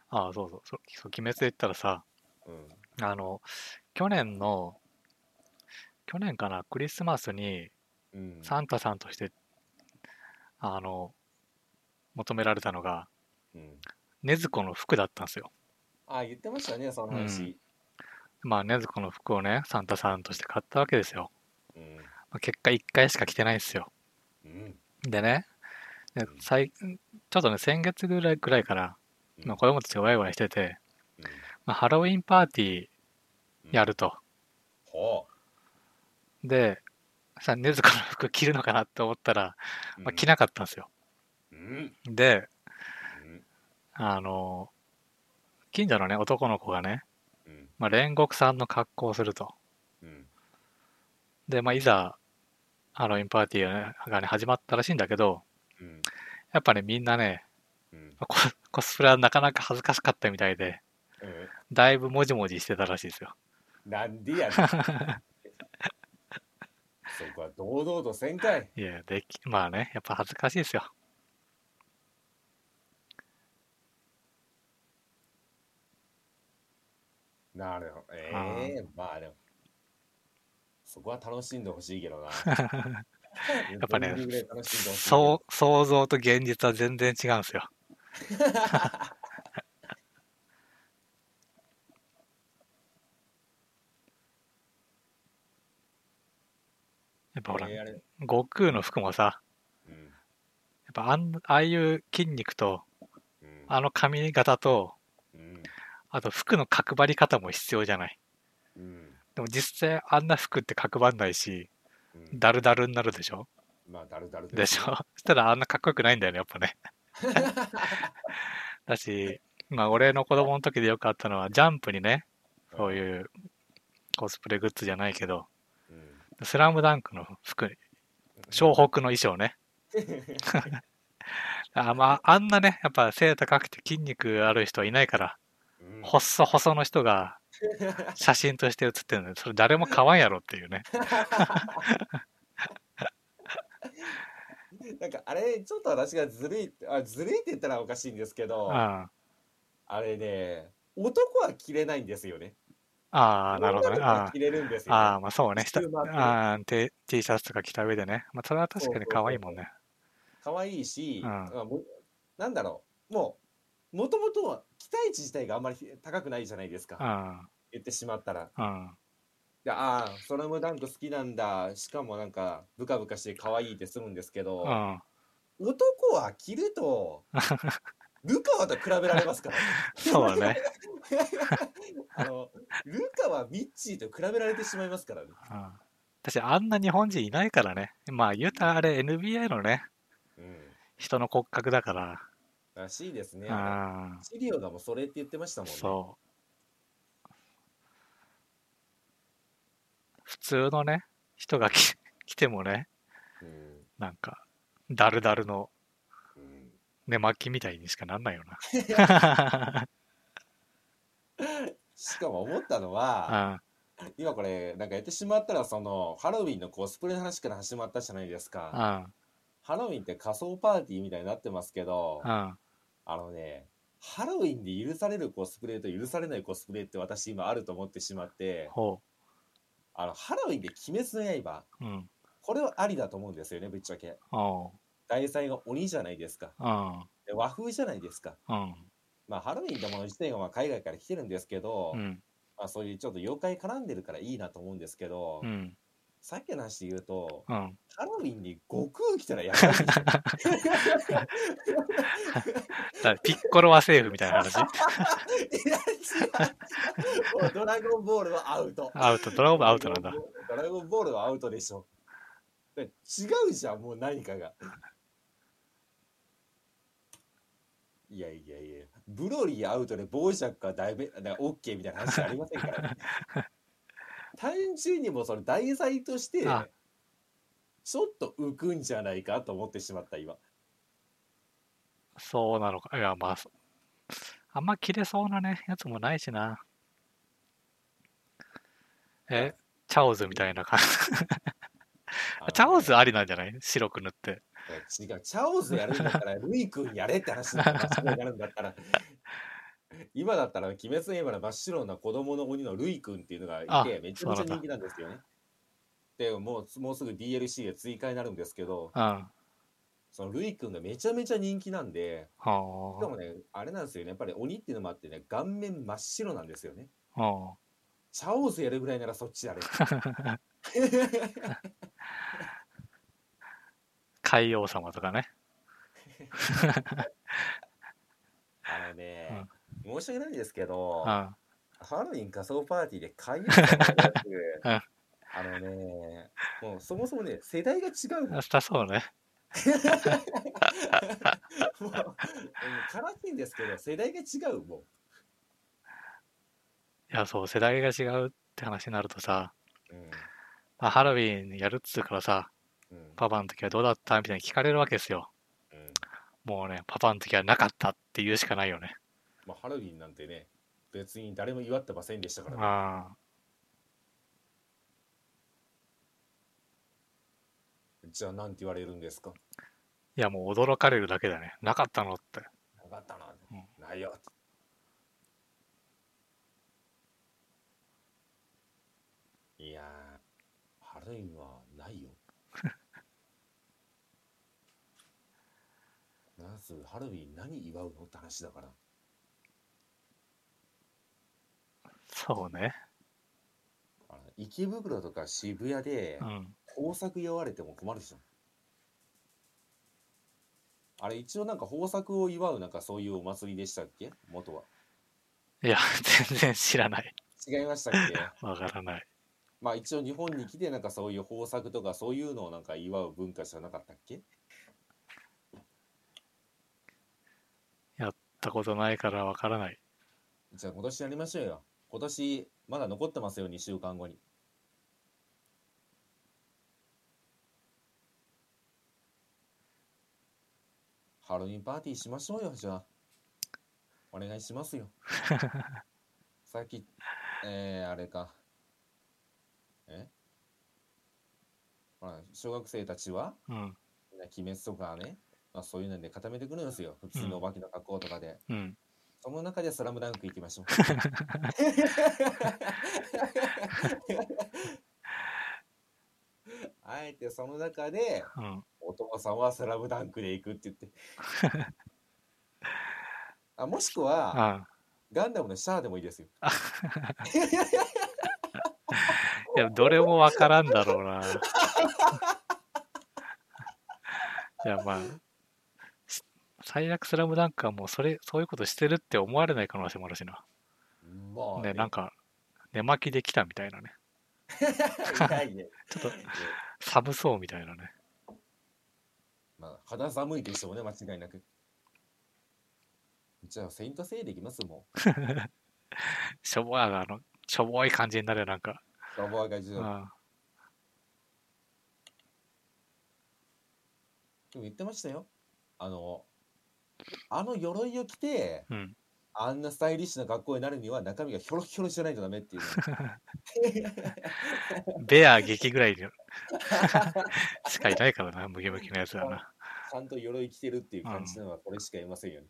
Speaker 1: ああ、そうそう。そう、そう鬼滅で言ったらさ、
Speaker 2: うん
Speaker 1: あの、去年の、去年かな、クリスマスに
Speaker 2: うん
Speaker 1: サンタさんとして、あの、求められたのが、
Speaker 2: うん
Speaker 1: 禰豆子の服だったんですよ。
Speaker 2: あ言ってましたねその話、
Speaker 1: まあ、禰豆子の服をね、サンタさんとして買ったわけですよ。
Speaker 2: うん
Speaker 1: まあ結果、1回しか着てないんですよ。
Speaker 2: うん
Speaker 1: でね、で
Speaker 2: うん
Speaker 1: 最ちょっとね、先月ぐらいくらいから、
Speaker 2: うん
Speaker 1: まあ、子供たちがワイワイしてて、
Speaker 2: うん
Speaker 1: まあ、ハロウィンパーティーやると。
Speaker 2: ほ
Speaker 1: で、さ、禰豆子の服着るのかなって思ったら、
Speaker 2: う
Speaker 1: まあ、着なかったんですよ。
Speaker 2: うん
Speaker 1: で、
Speaker 2: うん
Speaker 1: あの、近所のね、男の子がね、
Speaker 2: うん
Speaker 1: まあ、煉獄さんの格好をすると。
Speaker 2: うん
Speaker 1: で、まあ、いざ、ハロウィンパーティーがねがね、始まったらしいんだけど、
Speaker 2: うん
Speaker 1: やっぱね、みんなね、
Speaker 2: うん
Speaker 1: ココスプレはなかなか恥ずかしかったみたいで、
Speaker 2: うん
Speaker 1: だいぶもじもじしてたらしいですよ。
Speaker 2: なんでやねんそこは堂々とせんかい
Speaker 1: いや、でき、まあね、やっぱ恥ずかしいですよ。
Speaker 2: なるほどええまあでもそこは楽しんでほしいけどな
Speaker 1: っぱね
Speaker 2: どういうぐらい楽しんでほしい
Speaker 1: そう想像と現実は全然違うんですよ。 やっぱほら、
Speaker 2: えーあれ
Speaker 1: 悟空の服もさ、
Speaker 2: うん
Speaker 1: やっぱあんああいう筋肉と、
Speaker 2: うん
Speaker 1: あの髪型と、
Speaker 2: うん
Speaker 1: あと服の角張り方も必要じゃない。
Speaker 2: うん
Speaker 1: でも実際あんな服って角張んないし、
Speaker 2: うん
Speaker 1: ダルダルになるでしょ
Speaker 2: まあだるだる
Speaker 1: でしょそしたらあんなかっこよくないんだよね、やっぱね。だし、まあ俺の子供の時でよくあったのは、ジャンプにね、そう
Speaker 2: う
Speaker 1: いうコスプレグッズじゃないけど、
Speaker 2: んうん
Speaker 1: スラムダンクの服、湘北の衣装ね。あまあ、あんなね、やっぱ背高くて筋肉ある人はいないから、
Speaker 2: うん
Speaker 1: 細細の人 が写真として写ってるので、それ誰も買わんやろっていうね。
Speaker 2: なんかあれちょっと私がずるいあずるいって言ったらおかしいんですけど、
Speaker 1: うん。あ
Speaker 2: あれね男は着れないんですよね。
Speaker 1: あ、なるほどね。
Speaker 2: 女の子は
Speaker 1: あ
Speaker 2: 着れるんです
Speaker 1: あ、ああ
Speaker 2: よ、
Speaker 1: まあそうね。
Speaker 2: ね。
Speaker 1: 下あーて T シャツとか着た上でね。まあそれは確かに可愛いもんね。
Speaker 2: 可愛いし、
Speaker 1: うん
Speaker 2: まあもなんだろうもうもともとは期待値自体があんまり高くないじゃないです
Speaker 1: う
Speaker 2: か
Speaker 1: ん。
Speaker 2: 言ってしまったら
Speaker 1: うん。
Speaker 2: でああそれもダンク好きなんだしかもなんかブカブカして可愛いってするんですけど、
Speaker 1: うん。
Speaker 2: 男は着る とルカワと比べられますから
Speaker 1: そうだね。
Speaker 2: あのルカはミッチーと比べられてしまいますからね。
Speaker 1: うん。私あんな日本人いないからね。まあ言うたらあれ NBA のね、
Speaker 2: うん、
Speaker 1: 人の骨格だから。
Speaker 2: らしいですね。
Speaker 1: うん。
Speaker 2: シリオがもうそれって言ってましたもんね。
Speaker 1: そう。普通のね、人が来来てもね、
Speaker 2: うん
Speaker 1: なんか、ダルダルの
Speaker 2: うん
Speaker 1: 寝巻きみたいにしかなんないよ な。
Speaker 2: しかも思ったのは、
Speaker 1: あ
Speaker 2: 今これなんかやってしまったらそのハロウィンのコスプレの話から始まったじゃないです
Speaker 1: あ、
Speaker 2: か。
Speaker 1: あ
Speaker 2: ハロウィンって仮装パーティーみたいになってますけど、
Speaker 1: あ、
Speaker 2: あのね、ハロウィンで許されるコスプレと許されないコスプレって私今あると思ってしまって、
Speaker 1: ほ
Speaker 2: あのハロウィンで鬼滅の刃、
Speaker 1: う。うん。
Speaker 2: これはありだと思うんですよね、ぶっちゃけ。
Speaker 1: おう。
Speaker 2: 題材が鬼じゃないですか。
Speaker 1: うん。
Speaker 2: で和風じゃないですか。
Speaker 1: うん。
Speaker 2: まあ、ハロウィンってもの自体がまあ海外から来てるんですけど、
Speaker 1: うん。
Speaker 2: まあ、そういうちょっと妖怪絡んでるからいいなと思うんですけど、
Speaker 1: うん。
Speaker 2: さっきの話で言うと、
Speaker 1: うん。
Speaker 2: ハロウィンに悟空来 たらやばい でし
Speaker 1: だからピッコロはセーフみたいな話。
Speaker 2: ょいや違うもうドラゴンボールはアウト。
Speaker 1: アウト、ドラゴンボールアウトなんだ。
Speaker 2: ドラゴンボールはアウトでしょ。で違うじゃん、もう何かが。 いやいやいや、ブロリーアウトでボージャックはだいぶだオッケーみたいな話じゃありませんから、 ね。単純にもうその題材として、ち
Speaker 1: あ
Speaker 2: ょっと浮くんじゃないかと思ってしまった今。
Speaker 1: そうなのか。いや、まあ、そあんま切れそうなね、やつもないしな。え、チャオズみたいな感じ。
Speaker 2: あの
Speaker 1: チャオズありなんじゃない白く塗って。
Speaker 2: 違う、チャオズやるんだったら、ルイ君やれって話になるんだったら。今だったら、鬼滅の刃の真っ白な子供の鬼のルイ君っていうのがい
Speaker 1: あ
Speaker 2: て、めちゃめち
Speaker 1: そ
Speaker 2: ゃ
Speaker 1: うなんだ
Speaker 2: 人気なんですよね。でもう、もうすぐ DLC で追加になるんですけど、
Speaker 1: うん。
Speaker 2: そのルイ君がめちゃめちゃ人気なんで、しか
Speaker 1: ほ
Speaker 2: もね、あれなんですよね、やっぱり鬼っていうのもあってね、顔面真っ白なんですよね。
Speaker 1: う。ほ
Speaker 2: チャオズやるぐらいならそっちやれ。
Speaker 1: う。海王様とかね。
Speaker 2: あ のね、申し訳ないんですけど
Speaker 1: う、ん。
Speaker 2: ハロウィン仮装パーティーで買い物したことな く
Speaker 1: うん
Speaker 2: あのね、もうそもそもね、世代が違うの。も
Speaker 1: あしたそうね。
Speaker 2: う、もう悲しいんですけど、世代が違う、も
Speaker 1: いや、そう、世代が違うって話になるとさ、
Speaker 2: う。うん
Speaker 1: まあ、ハロウィンやるっつうからさ、
Speaker 2: うん
Speaker 1: パパの時はどうだったみたいに聞かれるわけですよ。
Speaker 2: うん
Speaker 1: もうね、パパの時はなかったって言うしかないよね。
Speaker 2: まあ、ハロウィンなんてね、別に誰も祝ってませんでしたからね。
Speaker 1: あ
Speaker 2: じゃあ、なんて言われるんですか
Speaker 1: いや、もう驚かれるだけだね。なかったのって。
Speaker 2: なかったな
Speaker 1: うん、
Speaker 2: ないよ。 いやー、ハロウィンはないよ。月ハロウィン何祝うのって話だから
Speaker 1: そうね。
Speaker 2: あの池袋とか渋谷で
Speaker 1: うん。
Speaker 2: 豊作祝われても困るでしょあれ一応なんか豊作を祝うなんかそういうお祭りでしたっけ元はい
Speaker 1: や、 全然知らない。
Speaker 2: 違いましたっけ
Speaker 1: わからない。
Speaker 2: まあ一応日本に来てなんかそういう豊作とかそういうのをなんか祝う文化じゃなかったっけ
Speaker 1: 行ったことないからわからない。
Speaker 2: じゃあ今年やりましょうよ今年まだ残ってますよ2週間後にハロウィンパーティーしましょうよじゃあお願いしますよさっきえー、あれかえほら小学生たちは
Speaker 1: うん。
Speaker 2: みんな鬼滅とかね、まあ、そういうので固めてくるんですよ普通のお化けの格好とかで、
Speaker 1: うん。
Speaker 2: その中でスラムダンク行きましょう。あえてその中で、
Speaker 1: うん。
Speaker 2: お父さんはスラムダンクで行くって言って。あもしくは、
Speaker 1: あ
Speaker 2: ガンダムのシャアでもいいですよ。
Speaker 1: いや、どれもわからんだろうな。 いや、まあ、す最悪スラムダンクはもうそれ、そういうことしてるって思われない可能性もあるしな。
Speaker 2: まあ、
Speaker 1: ね、なんか、寝巻きで来たみたいなね。
Speaker 2: 痛いね。
Speaker 1: ちょっと寒そうみたいなね。
Speaker 2: まあ、肌寒いでしょうね、間違いなく。じゃあ、セイントセイで行きますもん。
Speaker 1: しょぼあの、しょぼい感じになるよなんか。
Speaker 2: ラボアが
Speaker 1: う
Speaker 2: 重要。
Speaker 1: ん。
Speaker 2: でも言ってましたよ。あの、あの鎧を着て、
Speaker 1: うん。
Speaker 2: あんなスタイリッシュな格好になるには中身がひょろひょろじゃないとダメっていう の。
Speaker 1: ベア激ぐらいで しかいないからな、ムキムキのやつはな。
Speaker 2: ちゃんと鎧着てるっていう感じなのはこれしかいませんよね。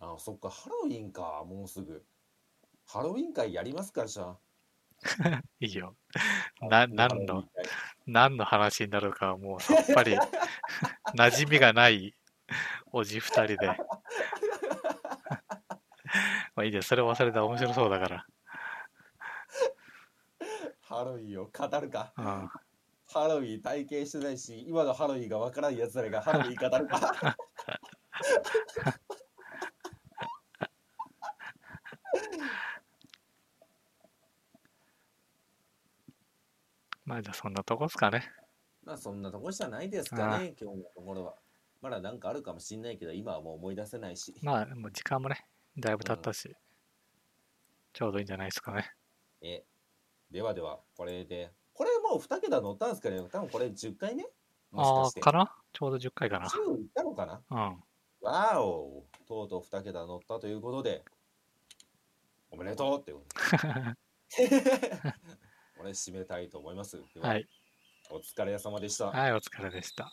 Speaker 2: あそっか、ハロウィンか、もうすぐ。ハロウィン会やりますか、じゃ
Speaker 1: いいよ。
Speaker 2: あ。
Speaker 1: な、
Speaker 2: ハロウ
Speaker 1: 何
Speaker 2: ィン
Speaker 1: の、
Speaker 2: 会
Speaker 1: 何の話になるかはもうさっぱ り、馴染みがないおじ二 人で。まあいいです。それ忘れたら面白そうだから。
Speaker 2: ハロウィンを語るか。
Speaker 1: うん。
Speaker 2: ハロウィン体験してないし、今のハロウィンがわからんやつらがハロウィン語るか。
Speaker 1: まあじゃあそんなとこっすかね。
Speaker 2: まあそんなとこじゃないですかね、今日のところは。まだなんかあるかもしんないけど、今はもう思い出せないし。
Speaker 1: まあもう時間もね、だいぶ経ったし、ちょうどいいんじゃないですかね。
Speaker 2: え、ではでは、これで。これもう2桁乗ったんですかね多分これ10回目
Speaker 1: あ
Speaker 2: もしかし
Speaker 1: あ
Speaker 2: て
Speaker 1: ー、。かなちょうど10回かな。
Speaker 2: 10いったのかな
Speaker 1: うん。
Speaker 2: わーおとうとう2桁乗ったということで、おめでとうってことで。 これ締めたいと思います。では
Speaker 1: はい。
Speaker 2: お疲れ様でした。
Speaker 1: はい、お疲れでした。